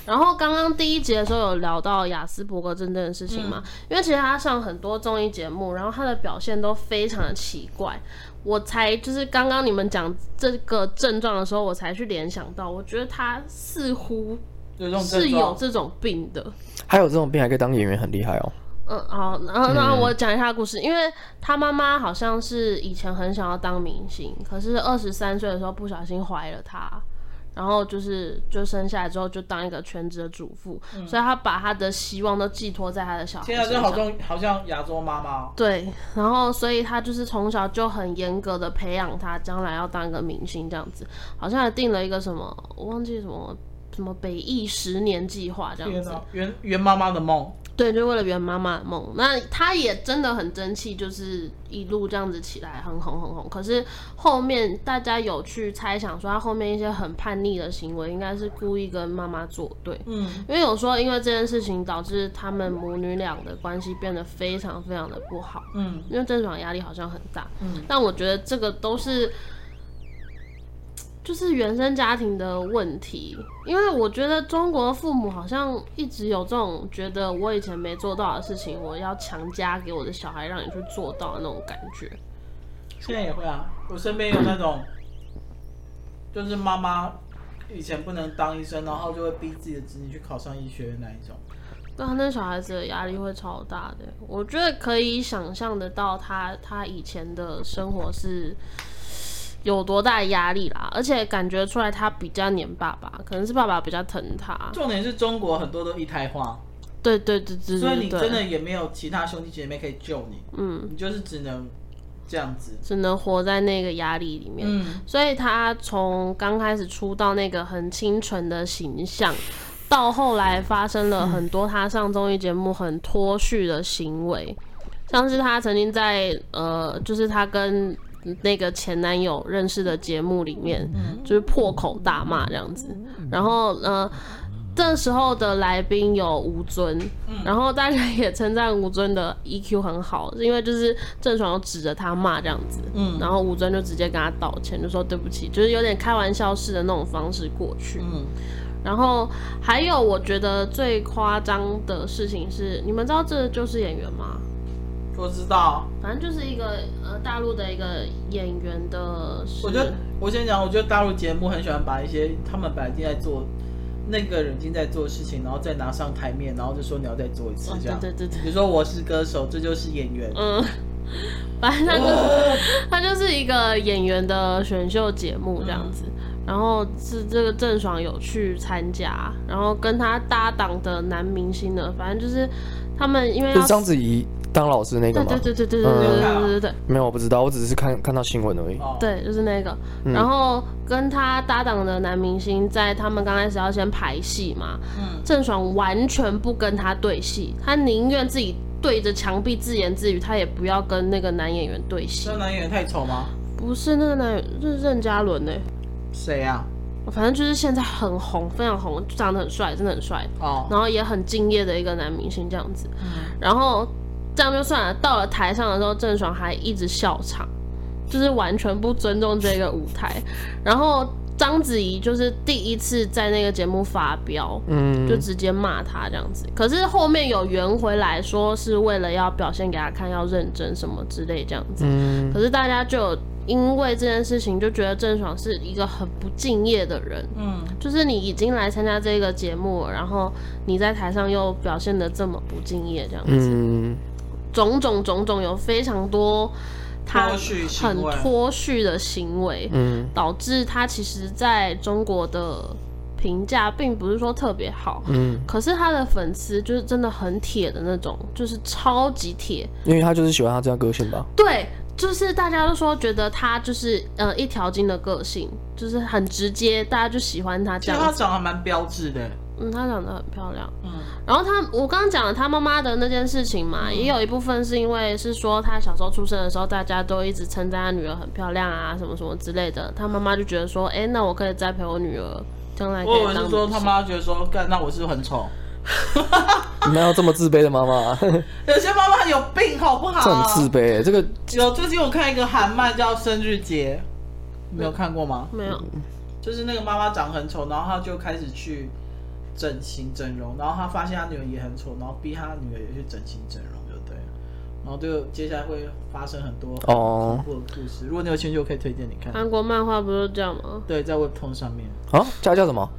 Speaker 1: 然后刚刚第一节的时候有聊到雅斯伯格症这件事情
Speaker 4: 嗯
Speaker 1: 嘛，因为其实他上很多综艺节目，然后他的表现都非常的奇怪。我才就是刚刚你们讲这个症状的时候，我才去联想到，我觉得他似乎
Speaker 4: 有这种
Speaker 1: 是
Speaker 4: 症
Speaker 1: 有
Speaker 4: 状，
Speaker 1: 这种病的。
Speaker 3: 还有这种病还可以当演员，很厉害哦。
Speaker 1: 嗯，好，然后然后我讲一下故事，因为他妈妈好像是以前很想要当明星，可是二十三岁的时候不小心怀了他，然后就是就生下来之后就当一个全职的主妇，所以他把他的希望都寄托在他的小孩
Speaker 4: 嗯天啊，
Speaker 1: 身
Speaker 4: 这好
Speaker 1: 上。
Speaker 4: 重，好像亚洲妈妈、哦。
Speaker 1: 对，然后所以他就是从小就很严格的培养他，将来要当一个明星这样子，好像还定了一个什么，我忘记什么什么北艺十年计划这样
Speaker 2: 天
Speaker 4: 啊
Speaker 1: 子。
Speaker 2: 哪，圆圆妈妈的梦，
Speaker 1: 对，就为了圆妈妈的梦。那她也真的很争气，就是一路这样子起来，很红很红。可是后面大家有去猜想说，她后面一些很叛逆的行为，应该是故意跟妈妈作对。
Speaker 4: 嗯，
Speaker 1: 因为有说，因为这件事情导致他们母女俩的关系变得非常非常的不好。
Speaker 4: 嗯，
Speaker 1: 因为郑爽压力好像很大。
Speaker 4: 嗯，
Speaker 1: 但我觉得这个都是。就是原生家庭的问题，因为我觉得中国父母好像一直有这种觉得我以前没做到的事情，我要强加给我的小孩让你去做到的那种感觉。
Speaker 2: 现在也会啊。我身边有那种，就是妈妈以前不能当医生，然后就会逼自己的子女去考上医学院那一种。
Speaker 1: 那那小孩子的压力会超大的，我觉得可以想象得到他他以前的生活是有多大的压力啦，而且感觉出来他比较黏爸爸，可能是爸爸比较疼他。
Speaker 2: 重点是中国很多都一胎化，
Speaker 1: 对对对嗯对对对，
Speaker 2: 所以你真的也没有其他兄弟姐妹可以救你，
Speaker 1: 嗯，
Speaker 2: 你就是只能这样子。
Speaker 1: 只能活在那个压力里面。
Speaker 4: 嗯，
Speaker 1: 所以他从刚开始出道那个很清纯的形象，到后来发生了很多他上综艺节目很脱序的行为，像是他曾经在呃，就是他跟那个前男友认识的节目里面，就是破口大骂这样子，然后呃。这时候的来宾有吴尊，然后大家也称赞吴尊的 EQ 很好，因为就是郑爽有指着他骂这样子，嗯，然后吴尊就直接跟他道歉，就说对不起，就是有点开玩笑式的那种方式过去，
Speaker 2: 嗯，
Speaker 1: 然后还有我觉得最夸张的事情是，你们知道这就是演员吗？
Speaker 2: 我知道，
Speaker 1: 反正就是一个呃大陆的一个演员的事，
Speaker 2: 我觉得我先讲，我觉得大陆节目很喜欢把一些他们本来已经在做，那个人已经在做的事情，然后再拿上台面，然后就说你要再做一次
Speaker 1: 哦
Speaker 2: 这样。
Speaker 1: 对对对对
Speaker 2: 比如说我是歌手，这就是演员。
Speaker 1: 嗯，反正他就是他就是一个演员的选秀节目这样子。然后是这个郑爽有去参加，然后跟他搭档的男明星呢，反正就是他们因为
Speaker 2: 啊
Speaker 3: 就
Speaker 1: 要
Speaker 3: 是章子怡当老师那个
Speaker 1: 对
Speaker 3: 吗？
Speaker 1: 对对对对对对对对对对对
Speaker 3: 没有，我不知道，我只是看看到新闻而已。
Speaker 2: 哦，
Speaker 1: 对，就是那个。然后跟他搭档的男明星在他们刚开始要先排戏嘛，
Speaker 4: 嗯
Speaker 1: 郑爽完全不跟他对戏，他宁愿自己对着墙壁自言自语，他也不要跟那个男演员对戏
Speaker 2: 这。男演员太丑吗？
Speaker 1: 不是那个男人，是任嘉伦呢、
Speaker 2: 谁啊？
Speaker 1: 反正就是现在很红，非常红，长得很帅，真的很帅，
Speaker 2: 哦，嗯
Speaker 1: 然后也很敬业的一个男明星这样子。然后这样就算了，到了台上的时候，郑爽还一直笑场，就是完全不尊重这个舞台。然后章子怡就是第一次在那个节目发飙，
Speaker 3: 嗯
Speaker 1: 就，直接骂他这样子。可是后面有圆回来说是为了要表现给他看，要认真什么之类这样子。
Speaker 3: 嗯，
Speaker 1: 可是大家就有因为这件事情就觉得郑爽是一个很不敬业的人，
Speaker 4: 嗯，
Speaker 1: 就是你已经来参加这个节目了，然后你在台上又表现的这么不敬业，这样子，
Speaker 3: 嗯，
Speaker 1: 种种种种有非常多他
Speaker 2: 脱序行
Speaker 1: 很
Speaker 2: 为
Speaker 1: 脱序的行为，
Speaker 3: 嗯，
Speaker 1: 导致他其实在中国的评价并不是说特别好。
Speaker 3: 嗯，
Speaker 1: 可是他的粉丝就是真的很铁的那种，就是超级铁，
Speaker 3: 因为他就是喜欢他这样个性吧。
Speaker 1: 对，就是大家都说觉得他就是呃一条筋的个性，就是很直接，大家就喜欢他
Speaker 2: 其
Speaker 1: 这
Speaker 2: 实他
Speaker 1: 样子。
Speaker 2: 长得还蛮标致的。
Speaker 1: 嗯，她长得很漂亮。
Speaker 4: 嗯，
Speaker 1: 然后她，我刚刚讲了她妈妈的那件事情嘛，也有一部分是因为是说她小时候出生的时候，大家都一直称赞她女儿很漂亮啊，什么什么之类的。她妈妈就觉得说，哎，那我可以栽培我女儿，将来可
Speaker 2: 嗯我以为
Speaker 1: 以
Speaker 2: 是
Speaker 1: 当
Speaker 2: 说
Speaker 1: 明
Speaker 2: 他
Speaker 1: 星
Speaker 2: 妈觉得说，干，那我是不是很丑？
Speaker 3: 你们要这么自卑的妈妈， 这
Speaker 2: 有些妈妈有病好不好？
Speaker 3: 很自卑。欸这个
Speaker 2: 有最近我看一个韩漫叫《生日节》，你没有看过吗？
Speaker 1: 没有，
Speaker 2: 就是那个妈妈长很丑，然后她就开始去整形整容，然后她发现她女儿也很丑，然后逼她女儿也去整形整容，就对了。然后就接下来会发生很多
Speaker 3: 哦
Speaker 2: 恐怖的故事。如果你有兴趣，我可以推荐你看。
Speaker 1: 韩国漫画不是这样吗？
Speaker 2: 对，在 Web 通上面，
Speaker 3: 啊，家叫什么？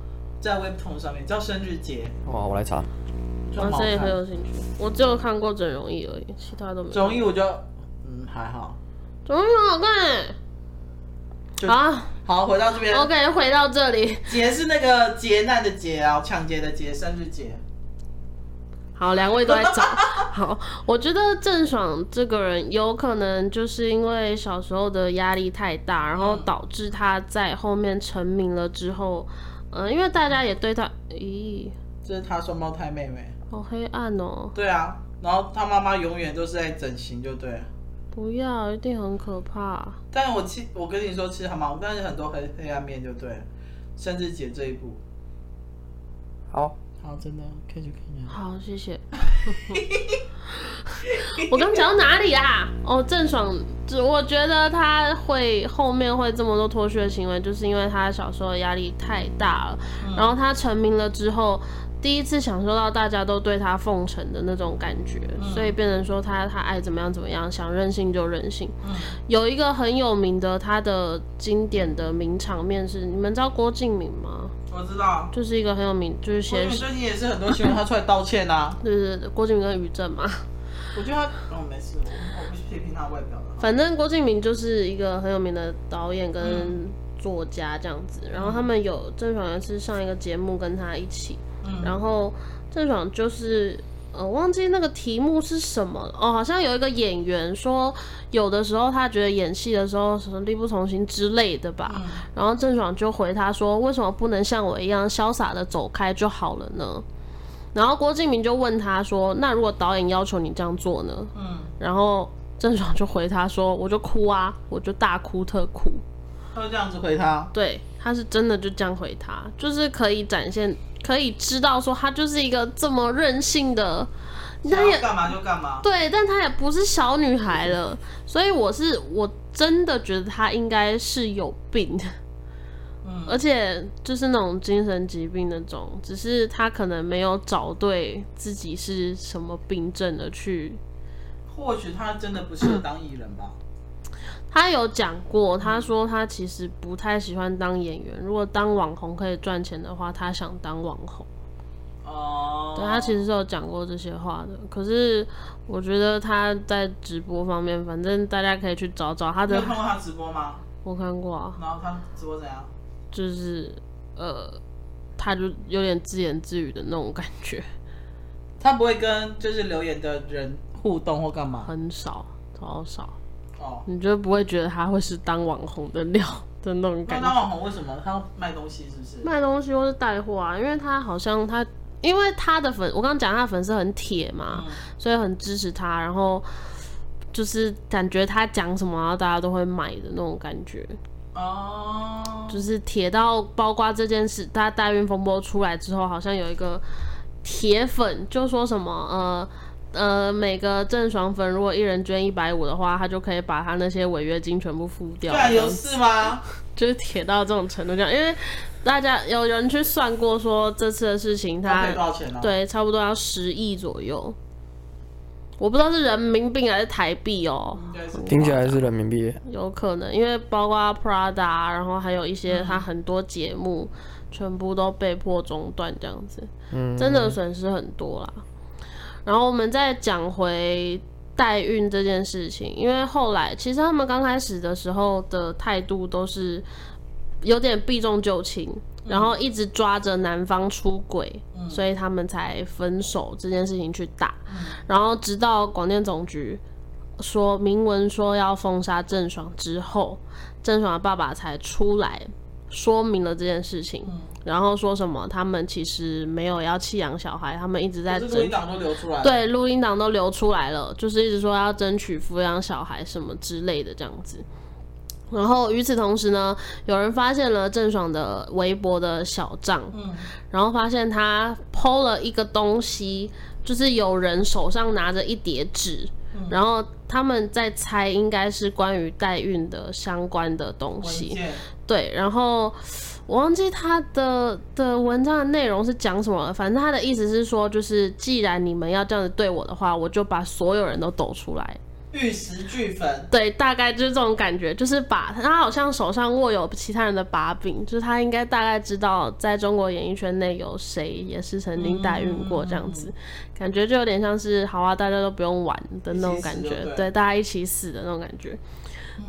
Speaker 2: 在 Web 通上面叫《生日节
Speaker 3: 哇，我来查。》，
Speaker 2: 就
Speaker 1: 我
Speaker 2: 很好
Speaker 1: 真也很有
Speaker 2: 看。
Speaker 1: 兴趣，我只有看过整容艺而已，其他都没有。
Speaker 2: 综艺我就嗯还好。
Speaker 1: 整容艺很好看欸、
Speaker 2: 就
Speaker 1: 好。
Speaker 2: 好，回到这边，
Speaker 1: OK，回到这里，
Speaker 2: 劫是那个劫难的劫啊，抢劫的劫，生日节。
Speaker 1: 好，两位都在找。好，我觉得郑爽这个人有可能就是因为小时候的压力太大，然后导致她在后面成名了之后，呃，因为大家也对他，咦，
Speaker 2: 这是他双胞胎妹妹。
Speaker 1: 好黑暗哦、
Speaker 2: 对啊，然后他妈妈永远都是在整形，就对了。
Speaker 1: 不要，一定很可怕。
Speaker 2: 但我其我跟你说，其实还蛮，但是很多黑黑暗面就对了，甚至姐这一部，
Speaker 3: 好，
Speaker 2: 好，真的可以去看一下。
Speaker 1: 好，谢谢。 我刚讲到哪里啦？哦，郑爽，只我觉得他会后面会这么多脱序的行为，就是因为他小时候的压力太大了，然后他成名了之后。第一次享受到大家都对他奉承的那种感觉，所以变成说他他爱怎么样怎么样，想任性就任性。
Speaker 2: 嗯
Speaker 1: 有一个很有名的他的经典的名场面是，你们知道郭敬明吗？
Speaker 2: 我知道，
Speaker 1: 就是一个很有名，就是
Speaker 2: 因
Speaker 1: 写
Speaker 2: 为最近也是很多新闻，他出来道歉啊。
Speaker 1: 就是郭敬明跟于正嘛。
Speaker 2: 我觉得他，哦，没事，我我不去批评他外表的。
Speaker 1: 反正郭敬明就是一个很有名的导演跟作家这样子，然后他们有郑爽也是上一个节目跟他一起，
Speaker 2: 嗯
Speaker 1: 然后郑爽就是呃忘记那个题目是什么了哦，好像有一个演员说有的时候他觉得演戏的时候什么力不从心之类的
Speaker 2: 嗯
Speaker 1: 吧，然后郑爽就回他说为什么不能像我一样潇洒的走开就好了呢？然后郭敬明就问他说：“那如果导演要求你这样做呢？”
Speaker 4: 嗯，
Speaker 1: 然后郑爽就回他说：“我就哭啊，我就大哭特哭。
Speaker 2: 他就这样子回他”，
Speaker 1: 对，他是真的就这样回他，就是可以展现，可以知道说他就是一个这么任性的，他
Speaker 2: 想
Speaker 1: 也
Speaker 2: 要干嘛就干嘛。
Speaker 1: 对，但她也不是小女孩了，所以我是我真的觉得她应该是有病的，
Speaker 4: 嗯
Speaker 2: 呃
Speaker 1: 而且就是那种精神疾病那种，只是她可能没有找对自己是什么病症的去
Speaker 2: 或许他真的不适合当艺人吧。
Speaker 1: 他有讲过，他说他其实不太喜欢当演员，如果当网红可以赚钱的话，他想当网红。
Speaker 2: 哦、
Speaker 1: 对他其实是有讲过这些话的，可是我觉得他在直播方面，反正大家可以去找找他
Speaker 2: 你有
Speaker 1: 的，
Speaker 2: 看过他直播吗？
Speaker 1: 我看过啊，
Speaker 2: 然后他直播怎样？
Speaker 1: 就是呃，他就有点自言自语的那种感觉，
Speaker 2: 他不会跟就是留言的人互动或干嘛
Speaker 1: 很少，超少，
Speaker 2: 哦。
Speaker 1: 你就不会觉得他会是当网红的料的那种
Speaker 2: 那
Speaker 1: 感觉
Speaker 2: 当。网红为什么他要卖东西？是不是？
Speaker 1: 卖东西或是带货啊，因为他好像他，因为他的粉，我刚刚讲他的粉丝很铁
Speaker 2: 嗯
Speaker 1: 嘛，所以很支持他，然后就是感觉他讲什么，然后大家都会买的那种感觉，
Speaker 2: 哦、
Speaker 1: 就是铁到包括这件事，他代孕风波出来之后，好像有一个铁粉就说什么呃。呃，每个郑爽粉如果一人捐一百五的话，他就可以把他那些违约金全部付掉。
Speaker 2: 对啊，有 事吗？
Speaker 1: 就是铁到这种程度这样，因为大家有人去算过说这次的事情
Speaker 2: 他
Speaker 1: 他，
Speaker 2: 赔多少钱呢、啊？，
Speaker 1: 对差不多要十亿左右，我不知道是人民币还是台币哦，
Speaker 2: 应该是
Speaker 3: 听起来是人民币。
Speaker 1: 有可能因为包括 Prada，啊然后还有一
Speaker 2: 嗯
Speaker 1: 些他很多节目全部都被迫中断这样子，
Speaker 3: 嗯，
Speaker 1: 真的损失很多啦。然后我们再讲回代孕这件事情，因为后来其实他们刚开始的时候的态度都是有点避重就轻，然后一直抓着男方出轨，所以他们才分手这件事情去打。然后直到广电总局说明文说要封杀郑爽之后，郑爽的爸爸才出来说明了这件事情，然后说什么他们其实没有要弃养小孩，他们一直在
Speaker 2: 这
Speaker 1: 争
Speaker 2: 录音
Speaker 1: 取。
Speaker 2: 档都流出来了。
Speaker 1: 对，录音档都流出来了，就是一直说要争取抚养小孩什么之类的这样子。然后与此同时呢，有人发现了郑爽的微博的小账，
Speaker 4: 嗯
Speaker 1: 然后发现她 PO 了一个东西，就是有人手上拿着一叠纸，
Speaker 2: 嗯
Speaker 1: 然后他们在猜应该是关于代孕的相关的东
Speaker 2: 文
Speaker 1: 西。
Speaker 2: 件
Speaker 1: 对，然后我忘记他的的文章的内容是讲什么了，反正他的意思是说，就是既然你们要这样子对我的话，我就把所有人都抖出来。
Speaker 2: 玉石俱 焚，
Speaker 1: 对，大概就是这种感觉，就是把他好像手上握有其他人的把柄，就是他应该大概知道在中国演艺圈内有谁也是曾经代孕过这样
Speaker 2: 嗯
Speaker 1: 子，感觉就有点像是好啊，大家都不用玩的那种感
Speaker 2: 一起
Speaker 1: 觉
Speaker 2: 死就，对
Speaker 1: 对，大家一起死的那种感觉。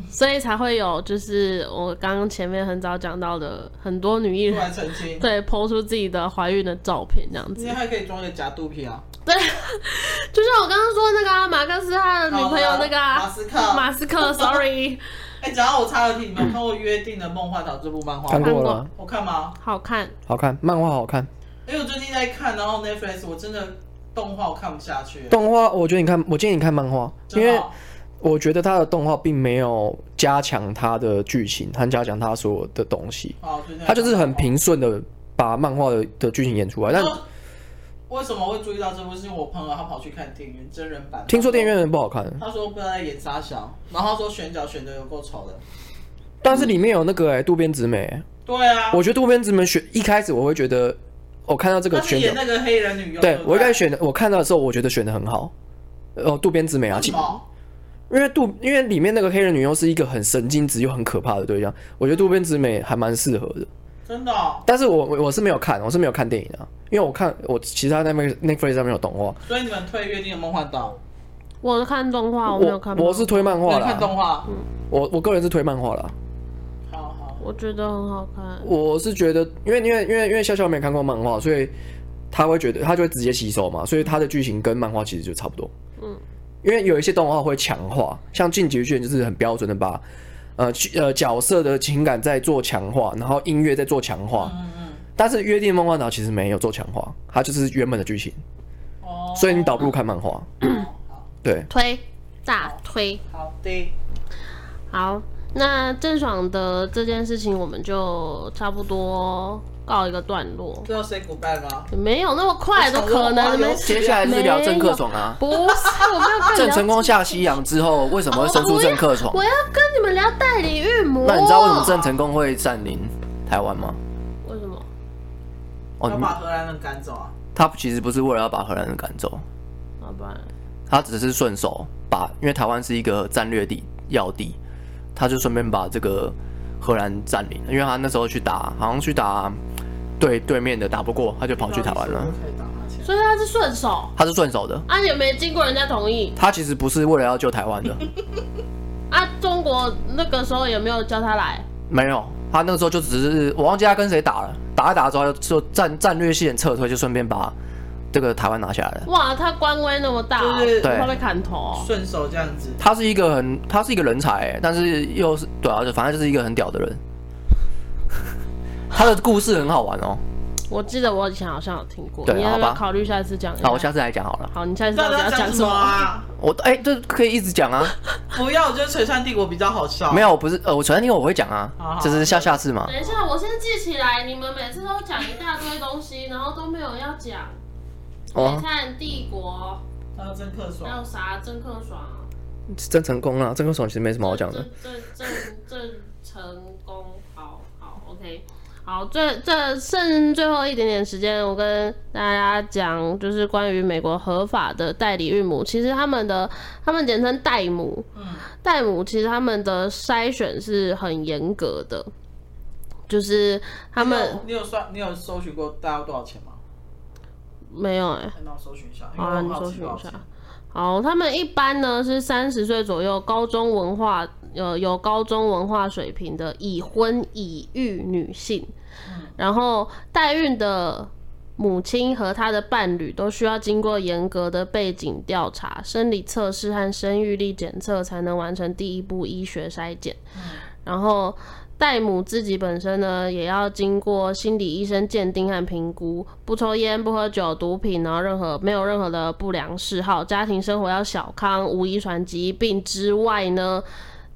Speaker 1: 所以才会有，就是我刚刚前面很早讲到的，很多女艺
Speaker 2: 出
Speaker 1: 人
Speaker 2: 来澄 清。
Speaker 1: 对抛出自己的怀孕的照片这样
Speaker 2: 今
Speaker 1: 子，
Speaker 2: 天还可以装一个假肚皮啊，
Speaker 1: 就像我刚刚说那个、啊、马克思他的女朋友那个、
Speaker 2: 马
Speaker 1: 啊、
Speaker 2: 哦斯克，
Speaker 1: 马斯克，sorry，
Speaker 2: 哎，讲到我插个题，你们有看过《约定的梦幻岛》这部漫画
Speaker 3: 看
Speaker 2: 吗？
Speaker 3: 过
Speaker 1: 过
Speaker 3: 了啊，
Speaker 2: 我看吗？
Speaker 1: 好看，
Speaker 3: 好看，漫画好看，
Speaker 2: 因为我最近在看，然后 Netflix 我真的动画我看不下去，
Speaker 3: 动画我觉得你看，我建议你看漫画，因
Speaker 2: 真的
Speaker 3: 为
Speaker 2: 哦
Speaker 3: 我觉得它的动画并没有加强它的剧情和加强它所有的东西，
Speaker 2: 好，最近在
Speaker 3: 它就是
Speaker 2: 看
Speaker 3: 很平顺的把漫画的的剧情演出来。但
Speaker 2: 然后为什么会注意到这部？是因为我朋友他跑去看电影院真人版，
Speaker 3: 听说电影院的不好看，
Speaker 2: 他说不知道在演啥小，然后他说选角选的有够丑的。
Speaker 3: 但是里面有那个哎、渡边直美、
Speaker 2: 对啊，
Speaker 3: 我觉得渡边直美选一开始我会觉得，我看到这个
Speaker 2: 他是
Speaker 3: 选
Speaker 2: 演
Speaker 3: 角，
Speaker 2: 那个黑人女优，
Speaker 3: 对
Speaker 2: 不
Speaker 3: 我一开始选的，我看到的时候我觉得选的很好，哦，渡边直美啊，
Speaker 2: 为什么？
Speaker 3: 因为渡因为里面那个黑人女优是一个很神经质又很可怕的对象，我觉得渡边直美还蛮适合的。
Speaker 2: 真的哦、
Speaker 3: 但是我我我是没有看，我是没有看电影啊，因为我看我其他那边 Netflix 上面有动画，
Speaker 2: 所以你们推《约定的梦幻岛
Speaker 1: 我看动画，哦我没有
Speaker 3: 我
Speaker 1: 看漫画。
Speaker 3: 我是推漫》，
Speaker 2: 你
Speaker 3: 画
Speaker 2: 们看
Speaker 3: 啦，
Speaker 2: 动画？
Speaker 3: 我我个人是推漫画啦，
Speaker 2: 好好，
Speaker 1: 我觉得很好看。
Speaker 3: 我是觉得因为因为因为因为笑笑没看过漫画，所以他会觉得他就会直接吸收嘛，所以他的剧情跟漫画其实就差不多，
Speaker 1: 嗯，
Speaker 3: 因为有一些动画会强化，像《进击的巨人》就是很标准的把。呃，剧呃，角色的情感在做强化，然后音乐在做强化，
Speaker 2: 嗯嗯，
Speaker 3: 但是《约定梦幻岛》其实没有做强化，它就是原本的剧情，
Speaker 2: 哦，
Speaker 3: 所以你倒不如看漫画。
Speaker 2: 好好
Speaker 3: 对，
Speaker 1: 推大推。
Speaker 2: 好的，
Speaker 1: 好，那郑爽的这件事情我们就差不多告一个段落，
Speaker 2: 最后 say goodbye 吗？
Speaker 1: 没有那么快，都可能没。
Speaker 3: 接下来就是聊郑克爽啊。
Speaker 1: 不是，我没有跟你
Speaker 3: 郑
Speaker 1: 聊
Speaker 3: 成功下西洋之后，为什么会生出郑克爽？
Speaker 1: 哦我要跟你们聊代理孕母。
Speaker 3: 那你知道为什么郑成功会占领台湾吗？
Speaker 1: 为什么？
Speaker 3: 哦，
Speaker 2: 要
Speaker 3: 你
Speaker 2: 把荷兰人赶走啊？
Speaker 3: 他其实不是为了要把荷兰人赶走，
Speaker 1: 要不然，
Speaker 3: 他只是顺手把，因为台湾是一个战略地要地，他就顺便把这个荷兰占领了，因为他那时候去打，好像去打对对面的打不过，他就跑去台湾了。
Speaker 2: 可以打哈欠。
Speaker 1: 所以他是顺手，
Speaker 3: 他是顺手的，
Speaker 1: 啊，也没经过人家同意，
Speaker 3: 他其实不是为了要救台 湾的，
Speaker 1: 啊，中国那个时候也没有叫他来，
Speaker 3: 没有，他那个时候就只是我忘记他跟谁打了，打一打之后就战战略性撤退，就顺便把这个台湾拿下来了。
Speaker 1: 哇，他官威那么大哦，
Speaker 2: 就是
Speaker 3: 对
Speaker 1: 怕被砍头哦。
Speaker 2: 顺手这样子，
Speaker 3: 他是一个很，他是一个人才、欸但是又是对啊，就反正就是一个很屌的人。 他的故事很好玩哦，
Speaker 1: 我记得我以前好像有听过，
Speaker 3: 对
Speaker 1: 你要
Speaker 3: 好
Speaker 1: 不要
Speaker 3: 吧
Speaker 1: 考虑下一次讲一下？
Speaker 2: 啊
Speaker 3: 好，我下次来讲好了。
Speaker 1: 好，你下次到
Speaker 2: 到
Speaker 1: 底
Speaker 2: 底
Speaker 1: 要
Speaker 2: 要
Speaker 1: 讲
Speaker 2: 讲
Speaker 1: 什
Speaker 2: 什
Speaker 1: 么
Speaker 2: 么？啊？
Speaker 3: 我哎、这可以一直讲啊，
Speaker 2: 不要，我觉得《璀璨帝国》比较好笑。
Speaker 3: 没有，我不是呃，我传听我会讲啊
Speaker 2: 好，好
Speaker 3: 这是下下次嘛。
Speaker 1: 等一下，我先记起来。你们每次都讲一大堆东西，然后都没有要讲。
Speaker 3: 哦
Speaker 1: 你，看帝国，
Speaker 2: 还有真克
Speaker 1: 还
Speaker 2: 爽，
Speaker 1: 有啥郑克爽，
Speaker 3: 郑成功啊，郑克爽其实没什么好讲的。
Speaker 1: 郑郑郑郑成功，好好，OK。好，最这剩最后一点点时间，我跟大家讲，就是关于美国合法的代理孕母，其实他们的他们简称代母，
Speaker 2: 嗯，
Speaker 1: 代母其实他们的筛选是很严格的，就是他们
Speaker 2: 你有你有算你有搜寻过大家多少钱吗？
Speaker 1: 没有哎、
Speaker 2: 哎那我搜寻一下，因
Speaker 1: 好
Speaker 2: 为我
Speaker 1: 啊，
Speaker 2: 很
Speaker 1: 你
Speaker 2: 好
Speaker 1: 搜
Speaker 2: 奇
Speaker 1: 寻
Speaker 2: 多少
Speaker 1: 一
Speaker 2: 钱
Speaker 1: 下。。好，他们一般呢是三十岁左右，高中文化呃有高中文化水平的已婚已育女性，
Speaker 2: 嗯
Speaker 1: 然后代孕的母亲和她的伴侣都需要经过严格的背景调查、生理测试和生育力检测，才能完成第一步医学筛检。
Speaker 2: 嗯
Speaker 1: 然后代母自己本身呢，也要经过心理医生鉴定和评估，不抽烟、不喝酒、毒品，然后任何没有任何的不良嗜好，家庭生活要小康，无遗传疾病之外呢，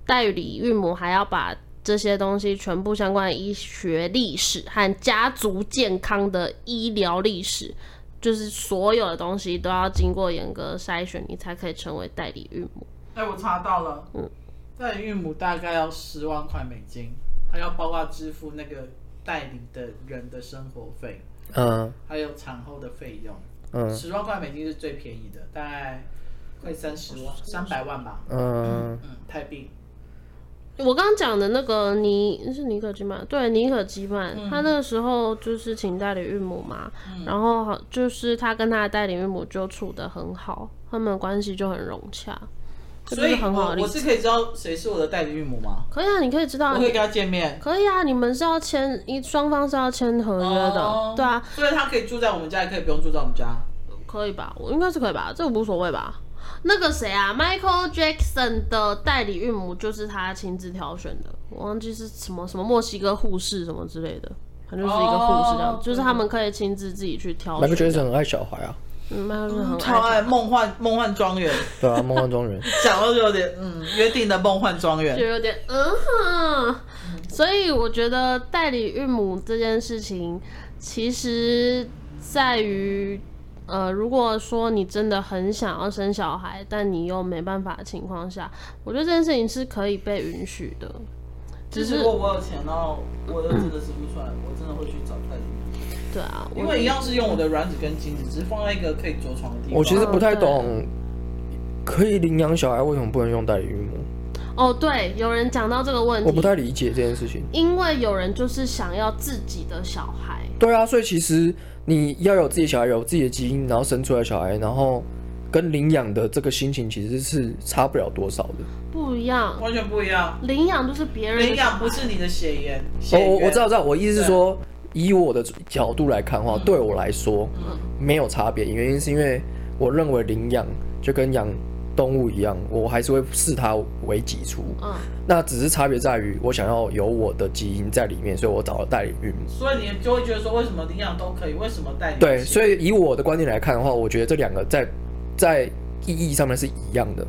Speaker 1: 代理孕母还要把。这些东西全部相关的医学历史和家族健康的医疗历史，就是所有的东西都要经过严格的筛选，你才可以成为代理孕母。
Speaker 2: 哎，我查到了，嗯，代孕母大概要十万块美金，还要包括支付那个代理的人的生活费，
Speaker 3: 嗯
Speaker 2: 还有产后的费用。
Speaker 3: 嗯
Speaker 2: 十万块美金是最便宜的，大概快三十万，三百万吧，
Speaker 3: 嗯，
Speaker 2: 嗯，泰币。
Speaker 1: 我刚刚讲的那个尼是尼可基曼，对，尼可基曼，
Speaker 2: 嗯
Speaker 1: 他那个时候就是请代理孕母嘛，然后好就是他跟他的代理孕母就处得很好，他们的关系就很融洽，这就
Speaker 2: 所
Speaker 1: 是
Speaker 2: 以
Speaker 1: 很好
Speaker 2: 我
Speaker 1: 的例
Speaker 2: 我
Speaker 1: 子。
Speaker 2: 是可以知道谁是我的代理孕母吗？
Speaker 1: 可以啊，你可以知道
Speaker 2: 我，可以跟他见面。
Speaker 1: 可以啊，你们是要签一双方是要签合约的，
Speaker 2: 哦
Speaker 1: 对啊，
Speaker 2: 所以他可以住在我们家，也可以不用住在我们家。
Speaker 1: 可以吧？我应该是可以吧，这个无所谓吧？那个谁啊，Michael Jackson 的代理孕母就是他亲自挑选的，我忘记是什么什么墨西哥护士什么之类的，他就是一个护士这样
Speaker 5: 哦
Speaker 1: 就是他们可以亲自自己去挑
Speaker 3: 麦克
Speaker 1: 选
Speaker 3: 杰
Speaker 1: 的。
Speaker 3: 森很爱小孩啊，
Speaker 1: 嗯，Michael Jackson 很
Speaker 2: 超爱
Speaker 1: 爱
Speaker 2: 《梦幻梦幻庄园》，
Speaker 3: 对啊，梦幻庄园。
Speaker 2: 讲到就有点嗯，约定的《梦幻庄园
Speaker 1: 就》有点嗯哼。所以我觉得代理孕母这件事情，其实在于，呃，如果说你真的很想要生小孩，但你又没办法的情况下，我觉得这件事情是可以被允许的。
Speaker 2: 就
Speaker 1: 只
Speaker 2: 是
Speaker 1: 是
Speaker 2: 如果我有钱，然后我
Speaker 3: 嗯
Speaker 2: 又真的生不出来，我真的会去找代理。
Speaker 1: 对啊，我
Speaker 2: 因为一样是用我的卵子跟精子，只是放在一个可以着床的地方。
Speaker 3: 我其实不太
Speaker 1: 对
Speaker 3: 懂，可以领养小孩为什么不能用代理孕母？
Speaker 1: 哦，对，有人讲到这个问
Speaker 3: 我不
Speaker 1: 题，
Speaker 3: 太理解这件事情。
Speaker 1: 因为有人就是想要自己的小孩，
Speaker 3: 对啊，所以其实你要有自己小孩，有自己的基因，然后生出来小孩，然后跟领养的这个心情其实是差不了多少的。
Speaker 1: 不一样，
Speaker 2: 完全不一样，
Speaker 1: 领养就是别人的
Speaker 2: 领养不是你的血缘。血
Speaker 3: 我
Speaker 2: 缘
Speaker 3: 哦我我知道，知道，我意思是说，以我的角度来看的话，对我来说
Speaker 2: 嗯
Speaker 3: 没有差别，原因是因为我认为领养就跟养动物一样，我还是会视它为己出。
Speaker 1: 嗯，
Speaker 3: 那只是差别在于，我想要有我的基因在里面，所以我找了代理孕母。
Speaker 2: 所以你就会觉得说，为什么领养都可以，为什么代理？
Speaker 3: 对，所
Speaker 2: 以
Speaker 3: 以以我的观点来看的话，我觉得这两个在在意义上面是一样的，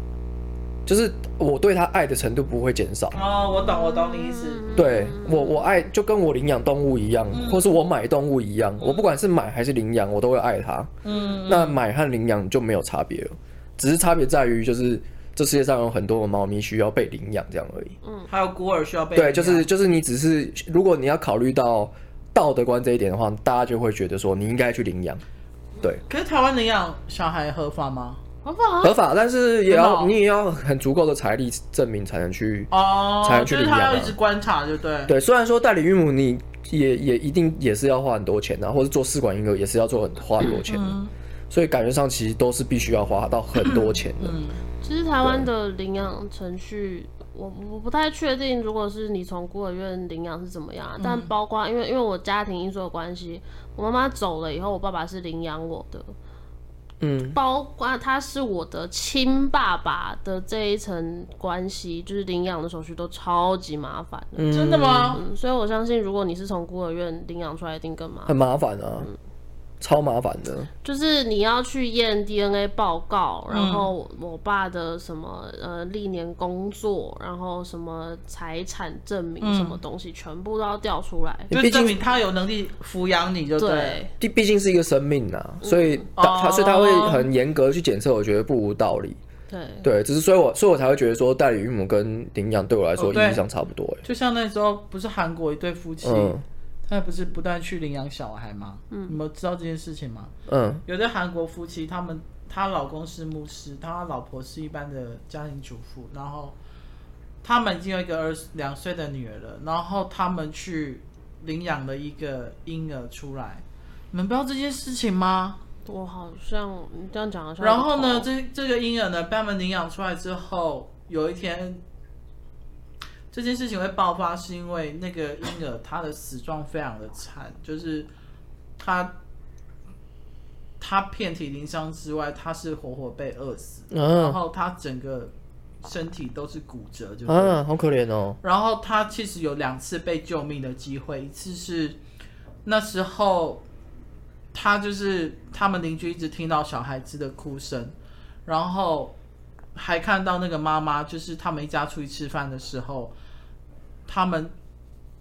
Speaker 3: 就是我对他爱的程度不会减少。
Speaker 2: 哦，我懂，我懂你意思。
Speaker 1: 嗯
Speaker 3: 对我，我爱就跟我领养动物一样，或是我买动物一样，我不管是买还是领养，我都会爱它。
Speaker 2: 嗯，
Speaker 3: 那买和领养就没有差别了，只是差别在于就是这世界上有很多的猫咪需要被领养这样而已。
Speaker 2: 还有孤儿需要被领
Speaker 3: 对，
Speaker 2: 养
Speaker 3: 就是就是你只是如果你要考虑到道德观这一点的话，大家就会觉得说你应该去领养，对，
Speaker 2: 可是台湾领养小孩合法吗？
Speaker 1: 好不好？
Speaker 3: 合法，但是也
Speaker 2: 哦真的
Speaker 3: 要
Speaker 2: 哦
Speaker 3: 你也要很足够的财力证明才能去。
Speaker 2: 哦
Speaker 3: 才，能去
Speaker 2: 就
Speaker 3: 领
Speaker 2: 是
Speaker 3: 养啊
Speaker 2: 他要一直观察，对不对？
Speaker 3: 对，虽然说代理孕母你也也一定也是要花很多钱的、啊，或者做试管婴儿也是要做很花很多钱
Speaker 2: 嗯
Speaker 3: 的，所以感觉上其实都是必须要花到很多钱的。
Speaker 1: 其实台湾的领养程序，我我不太确定，如果是你从孤儿院领养是怎么样啊，但包括因为因为我家庭因素的关系，我妈妈走了以后，我爸爸是领养我的，
Speaker 3: 嗯，
Speaker 1: 包括他是我的亲爸爸的这一层关系，就是领养的手续都超级麻烦的。嗯
Speaker 2: 真的吗？
Speaker 1: 所以我相信，如果你是从孤儿院领养出来，一定更麻
Speaker 3: 很
Speaker 1: 烦。
Speaker 3: 麻烦啊，超麻烦的。
Speaker 1: 就是你要去验 DNA 报告，然后我爸的什么呃历年工作，然后什么财产证明什么东西，全部都要调出来。
Speaker 2: 就
Speaker 3: 毕竟
Speaker 2: 证明他有能力抚养你，就嗯对了
Speaker 1: 对。，
Speaker 3: 毕毕竟是一个生命呐、所以
Speaker 2: 嗯
Speaker 3: 他他所以他会
Speaker 2: 哦
Speaker 3: 很严格去检测，我觉得不无道理。
Speaker 1: 对，
Speaker 2: 嗯
Speaker 3: 对，只是所以我所以我才会觉得说代理孕母跟领养对我来说
Speaker 2: 哦对
Speaker 3: 意义上差不多、欸。
Speaker 2: 就像那时候不是韩国一对夫妻，
Speaker 3: 嗯
Speaker 2: 他们不是不断去领养小孩吗？你们知道这件事情吗？
Speaker 3: 嗯
Speaker 2: 有对韩国夫妻，他们她老公是牧师，她老婆是一般的家庭主妇，然后他们已经有一个二十两岁的女儿了，然后他们去领养了一个婴儿出来，你们不知道这件事情吗？
Speaker 1: 我好像你这样讲好像有
Speaker 2: 然后呢，
Speaker 1: 头
Speaker 2: 这这个婴儿呢，被他们领养出来之后，有一天，这件事情会爆发，是因为那个婴儿他的死状非常的惨，就是他他遍体鳞伤之外，他是活活被饿死，然
Speaker 3: 嗯
Speaker 2: 后他整个身体都是骨折，就是、
Speaker 3: 啊，好可怜哦。
Speaker 2: 然后他其实有两次被救命的机会，一次是那时候他就是他们邻居一直听到小孩子的哭声，然后还看到那个妈妈，就是他们一家出去吃饭的时候，他们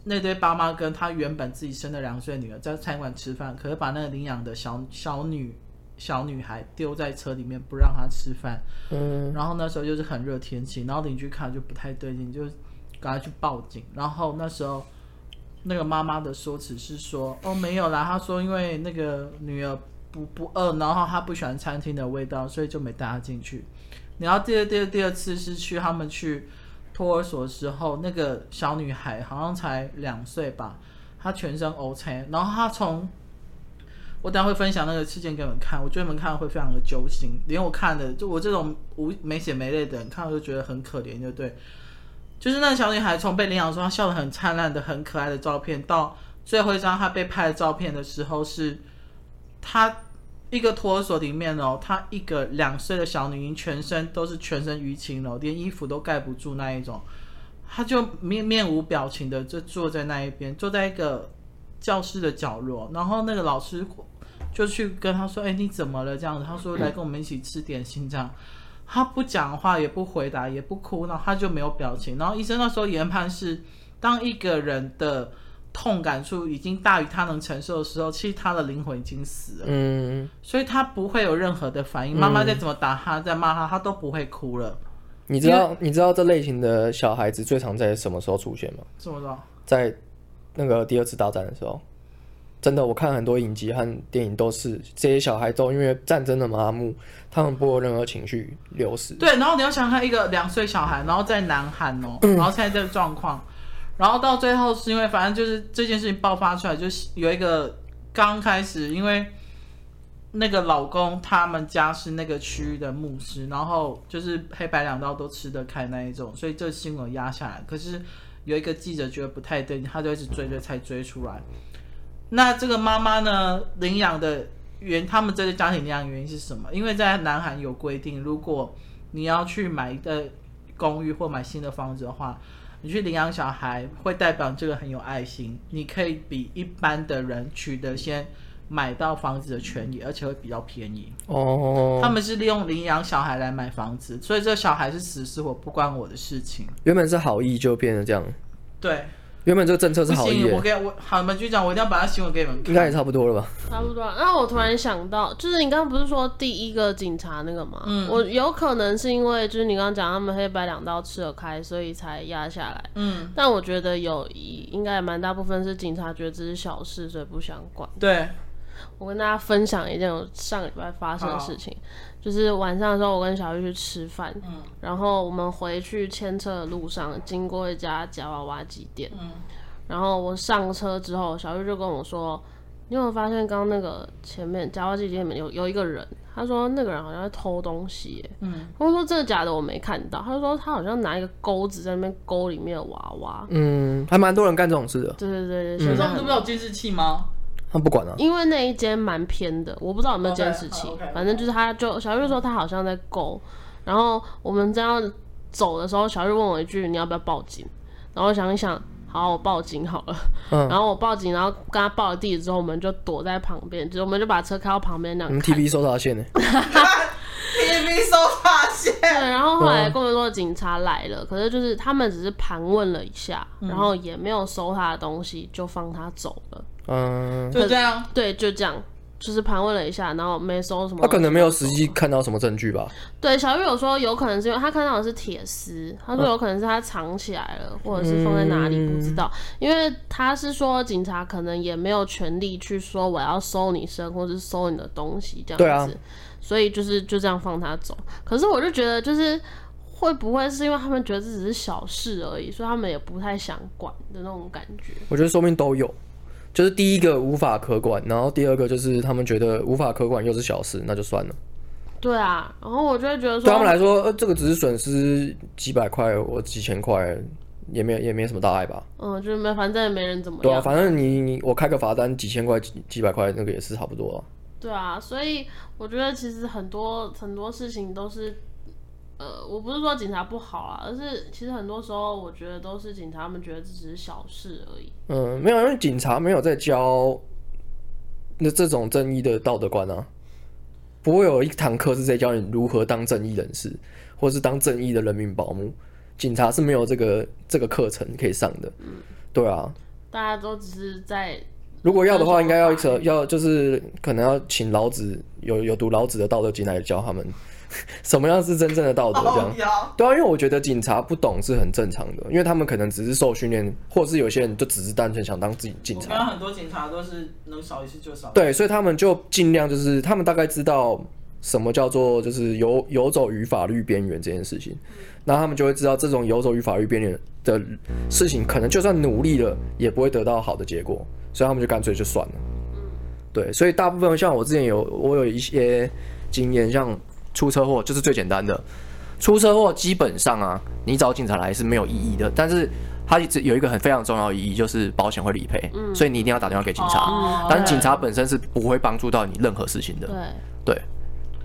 Speaker 2: 那对爸妈跟他原本自己生的两岁女儿在餐馆吃饭，可是把那个领养的小小女小女孩丢在车里面不让她吃饭，
Speaker 3: 嗯，
Speaker 2: 然后那时候就是很热天气，然后邻居看就不太对劲，就赶快去报警。然后那时候那个妈妈的说辞是说，哦没有啦，她说因为那个女儿不不饿，然后她不喜欢餐厅的味道，所以就没带她进去。然后第二第二第二次是去他们去托儿所的时候，那个小女孩好像才两岁吧，她全身 O 青，然后她从我等一下会分享那个事件给你们看，我觉得你们看了会非常的揪心，连我看的，就我这种无没血没泪的人看了就觉得很可怜，就对。就是那个小女孩从被领养的时候，她笑得很灿烂的、很可爱的照片，到最后一张她被拍的照片的时候是，她一个托儿所里面哦，她一个两岁的小女婴，全身都是全身淤青了，连衣服都盖不住那一种，她就面面无表情的就坐在那一边，坐在一个教室的角落，然后那个老师就去跟她说：“哎，你怎么了？”这样子，她说：“来跟我们一起吃点心。”这样。她不讲话，也不回答，也不哭，然后她就没有表情。然后医生那时候研判是，当一个人的痛感处已经大于他能承受的时候，其实他的灵魂已经死了，
Speaker 3: 嗯，
Speaker 2: 所以他不会有任何的反应。妈妈再怎么打他，再骂他，他都不会哭了。
Speaker 3: 你知道你知道这类型的小孩子最常在什么时候出现吗？
Speaker 2: 怎么着？
Speaker 3: 在那个第二次大战的时候，真的，我看很多影集和电影都是这些小孩都因为战争的麻木，他们不会有任何情绪流失。
Speaker 2: 对，然后你要想看一个两岁小孩，然后在南韩哦，然后现在这个状况，然后到最后是因为反正就是这件事情爆发出来，就是有一个刚开始因为那个老公他们家是那个区域的牧师，然后就是黑白两道都吃得开那一种，所以这新闻压下来。可是有一个记者觉得不太对，他就一直追追才追出来。那这个妈妈呢，领养的原他们这个家庭领养原因是什么？因为在南韩有规定，如果你要去买一个公寓或买新的房子的话，你去领养小孩会代表你这个很有爱心，你可以比一般的人取得先买到房子的权益，而且会比较便宜。
Speaker 3: 哦，
Speaker 2: 他们是利用领养小孩来买房子，所以这小孩是死是活不关我的事情。
Speaker 3: 原本是好意就变成这样，
Speaker 2: 对，
Speaker 3: 原本这个政策是
Speaker 2: 不
Speaker 3: 好意
Speaker 2: 行，
Speaker 3: 耶、
Speaker 2: 我给我好，你们局长，我一定要把他新闻给你们
Speaker 3: 应该
Speaker 2: 看。
Speaker 3: 也差不多了吧？
Speaker 1: 差不多啊。那我突然想到，就是你刚刚不是说第一个警察那个吗？嗯，我有可能是因为就是你刚刚讲他们黑白两道吃得开，所以才压下来。
Speaker 2: 嗯，
Speaker 1: 但我觉得有一应该也蛮大部分是警察觉得这是小事，所以不想管。
Speaker 2: 对，
Speaker 1: 我跟大家分享一件我上个礼拜发生的事情，就是晚上的时候，我跟小玉去吃饭，然后我们回去牵车的路上经过一家夹娃娃机店，
Speaker 2: 嗯
Speaker 1: 然后我上车之后，小玉就跟我说：“你有没有发现刚刚那个前面夹娃娃机店里面有有一个人？”他说：“那个人好像在偷东西耶。”嗯，我说：“真的假的？我没看到。”他就说：“他好像拿一个钩子在那边勾里面的娃娃。
Speaker 3: 嗯，还蛮多人干这种事的，
Speaker 1: 对对对对，
Speaker 2: 你
Speaker 1: 现在
Speaker 2: 知道他们
Speaker 1: 很
Speaker 2: 不是有监视器吗？
Speaker 3: 他们不管啊。
Speaker 1: 因为那一间蛮偏的，我不知道有没有监视器
Speaker 2: OK，好，OK，
Speaker 1: 反正就是他就小玉说他好像在勾，然后我们这样走的时候，小玉问我一句你要不要报警，然后我想一想，好，我报警好了，
Speaker 3: 嗯
Speaker 1: 然后我报警，然后跟他报了地址之后，我们就躲在旁边，就是我们就把车开到旁边那
Speaker 3: 我
Speaker 1: 样
Speaker 3: 们
Speaker 1: 看。
Speaker 3: TV 收 到线呢、
Speaker 2: TV 收发现，
Speaker 1: 对，然后后来跟我们说警察来了，可是就是他们只是盘问了一下，然后也没有收他的东西，就放他走了。
Speaker 3: 嗯，
Speaker 2: 就这样。
Speaker 1: 对，就这样，就是盘问了一下，然后没收什么。
Speaker 3: 他可能没有实际看到什么证据吧？
Speaker 1: 对，小玉有说有可能是因为他看到的是铁丝，他
Speaker 3: 嗯
Speaker 1: 说有可能是他藏起来了，或者是放在哪里不知道，因为他是说警察可能也没有权利去说我要搜你身或是搜你的东西这样子，
Speaker 3: 对啊
Speaker 1: 所以就是就这样放他走。可是我就觉得就是。会不会是因为他们觉得这只是小事而已，所以他们也不太想管的那种感觉？
Speaker 3: 我觉得说不定都有，就是第一个无法可管，然后第二个就是他们觉得无法可管又是小事，那就算了。
Speaker 1: 对啊，然后我就会觉得说，
Speaker 3: 对他们来说，呃，这个只是损失几百块或几千块，也没有也没什么大碍吧？
Speaker 1: 嗯，就是没，反正也没人怎么
Speaker 3: 对
Speaker 1: 样
Speaker 3: 啊，。反正你你我开个罚单几千块几几百块，那个也是差不多啊。
Speaker 1: 对啊，所以我觉得其实很多很多事情都是，呃，我不是说警察不好啊，而是其实很多时候我觉得都是警察他们觉得这只是小事而已。
Speaker 3: 嗯，没有，因为警察没有在教那这种正义的道德观啊，不会有一堂课是在教你如何当正义人士，或是当正义的人民保姆。警察是没有这个这个课程可以上的，对啊。
Speaker 1: 大家都只是在
Speaker 3: 如果要的话，应该要一
Speaker 1: 遵守
Speaker 3: 扯，要就是可能要请老子有有读老子的《道德经》来教他们 什么样是真正的道
Speaker 2: 哦
Speaker 3: 德，这样。
Speaker 2: 样。
Speaker 3: 对啊，因为我觉得警察不懂是很正常的，因为他们可能只是受训练，或是有些人就只是单纯想当自己警
Speaker 2: 我
Speaker 3: 察。
Speaker 2: 看到很多警察都是能少一次就少一次。
Speaker 3: 对，所以他们就尽量就是，他们大概知道什么叫做就是游游走于法律边缘这件事情，那他们就会知道这种游走于法律边缘的事情，可能就算努力了，也不会得到好的结果，所以他们就干脆就算了。对，所以大部分像我之前有我有一些经验，像出车祸就是最简单的，出车祸基本上啊，你找警察来是没有意义的，但是。它一直有一个很非常重要的意义，就是保险会理赔，
Speaker 1: 嗯
Speaker 3: 所以你一定要打电话给警察。
Speaker 2: 哦
Speaker 3: 但警察本身是不会帮助到你任何事情的，
Speaker 1: 对，
Speaker 3: 对，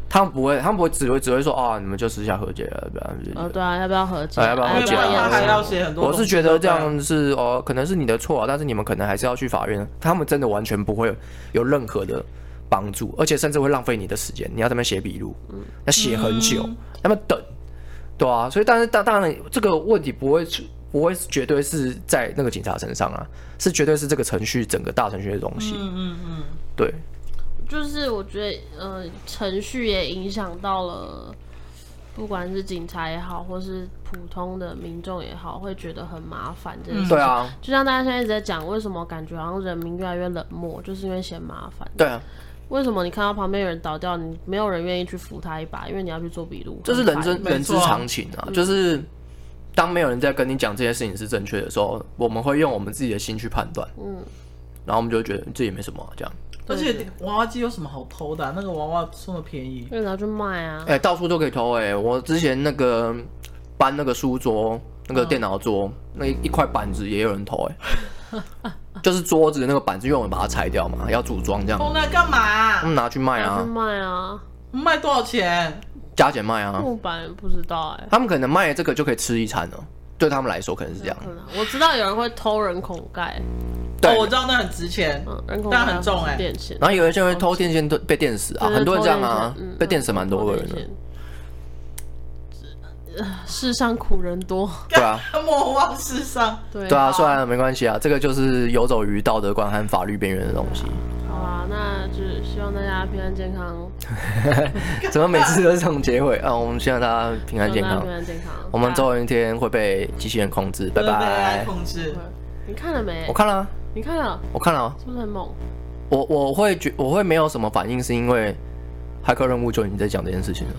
Speaker 3: 他们不会，他们不会只会只会说啊，你们就私下和解了，不然
Speaker 1: 呃，对啊，要不要和解？
Speaker 3: 哎要不要
Speaker 1: 哎
Speaker 3: 和
Speaker 2: 因为
Speaker 3: 解嗯
Speaker 1: 要不
Speaker 2: 他
Speaker 1: 要和
Speaker 2: 还
Speaker 1: 解
Speaker 2: 要写很多。
Speaker 3: 我是觉得这，样是哦，可能是你的错啊，但是你们可能还是要去法院。他们真的完全不会有任何的帮助，而且甚至会浪费你的时间。你要在那边写笔录，
Speaker 2: 嗯
Speaker 3: 要写很久，那么等，对啊。所以，但是当当然这个问题不会出不会绝对是在那个警察身上啊，是绝对是这个程序整个大程序的东西。
Speaker 2: 嗯嗯嗯，
Speaker 3: 对，
Speaker 1: 就是我觉得，呃，程序也影响到了，不管是警察也好，或是普通的民众也好，会觉得很麻烦这件事。
Speaker 3: 对啊，
Speaker 1: 就像大家现在一直在讲，为什么感觉好像人民越来越冷漠，就是因为嫌麻烦。
Speaker 3: 对啊，
Speaker 1: 为什么你看到旁边有人倒掉，你没有人愿意去扶他一把，因为你要去做笔录，
Speaker 3: 这是
Speaker 1: 很烦
Speaker 3: 人之
Speaker 2: 没
Speaker 3: 人之
Speaker 2: 错啊
Speaker 3: 常情啊，就是。当没有人在跟你讲这件事情是正确的时候，我们会用我们自己的心去判断。
Speaker 1: 嗯，
Speaker 3: 然后我们就会觉得这也没什么啊、这样。
Speaker 2: 而且娃娃机有什么好偷的啊？那个娃娃这么便宜
Speaker 1: 因，为你要去卖啊。
Speaker 3: 哎、到处都可以偷哎、我之前那个搬那个书桌、那
Speaker 2: 嗯
Speaker 3: 个电脑桌，那一一块板子也有人偷哎、 就是桌子那个板子，因为我们把它拆掉嘛，要组装这样，
Speaker 2: 偷那干嘛
Speaker 3: 他？们拿去卖
Speaker 1: 要去
Speaker 2: 嗯
Speaker 3: 啊，
Speaker 1: 卖啊，
Speaker 2: 卖多少钱？
Speaker 3: 加减卖啊。
Speaker 1: 木板不知道哎、
Speaker 3: 他们可能卖这个就可以吃一餐了，对他们来说可能是这样。
Speaker 1: 可能嗯啊我知道有人会偷人孔盖，
Speaker 3: 对
Speaker 2: 嗯哦，我知道那很值钱。
Speaker 1: 嗯，人孔盖
Speaker 2: 但很重欸
Speaker 1: 电线，
Speaker 3: 然后有一些人会偷电线都被电死啊，
Speaker 1: 对
Speaker 3: 很多人这样
Speaker 1: 偷
Speaker 3: 啊
Speaker 1: 电线嗯，
Speaker 3: 被电死蛮多个人啊
Speaker 1: 偷
Speaker 3: 的
Speaker 1: 电，线呃世上苦人多，
Speaker 3: 对啊。
Speaker 2: 莫忘世上，
Speaker 1: 对
Speaker 3: 对啊，算了，没关系啊，这个就是游走于道德观和法律边缘的东西。
Speaker 1: 好啦，那就是希望大家平安健康，
Speaker 3: 怎么每次都是这种结尾 啊？我们希望大家平安健
Speaker 1: 希望大家
Speaker 3: 康
Speaker 1: 平。安健康。
Speaker 3: 我们总有一天会被机器人控制，拜
Speaker 2: 来
Speaker 3: 拜。
Speaker 2: 控制
Speaker 1: 拜。拜你看了没
Speaker 3: 我？看了啊，
Speaker 1: 你看了
Speaker 3: 我看了啊，
Speaker 1: 是不是很猛？
Speaker 3: 我我会觉我会没有什么反应，是因为骇客任务就已经在讲这件事情了。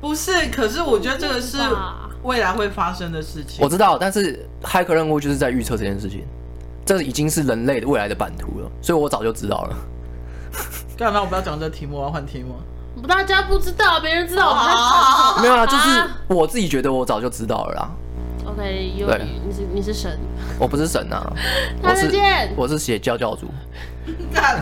Speaker 2: 不是，可是我觉得这个是
Speaker 1: 吧
Speaker 2: 未来会发生的事情
Speaker 3: 我。知道，但是骇客任务就是在预测这件事情，这已经是人类未来的版图了，所以我早就知道了。
Speaker 2: 干嘛我不要讲这个题目，我要换题目。
Speaker 1: 大家不知道，别人知道我们在讲什
Speaker 2: 啊，
Speaker 3: 没有啊，就是我自己觉得我早就知道了啦，
Speaker 1: 么。OK，有
Speaker 3: 对
Speaker 1: 你是你是神，
Speaker 3: 我不是神啊，
Speaker 1: 大家
Speaker 3: 我
Speaker 1: 再
Speaker 3: 是
Speaker 1: 见。
Speaker 3: 我是邪教教主。
Speaker 2: 干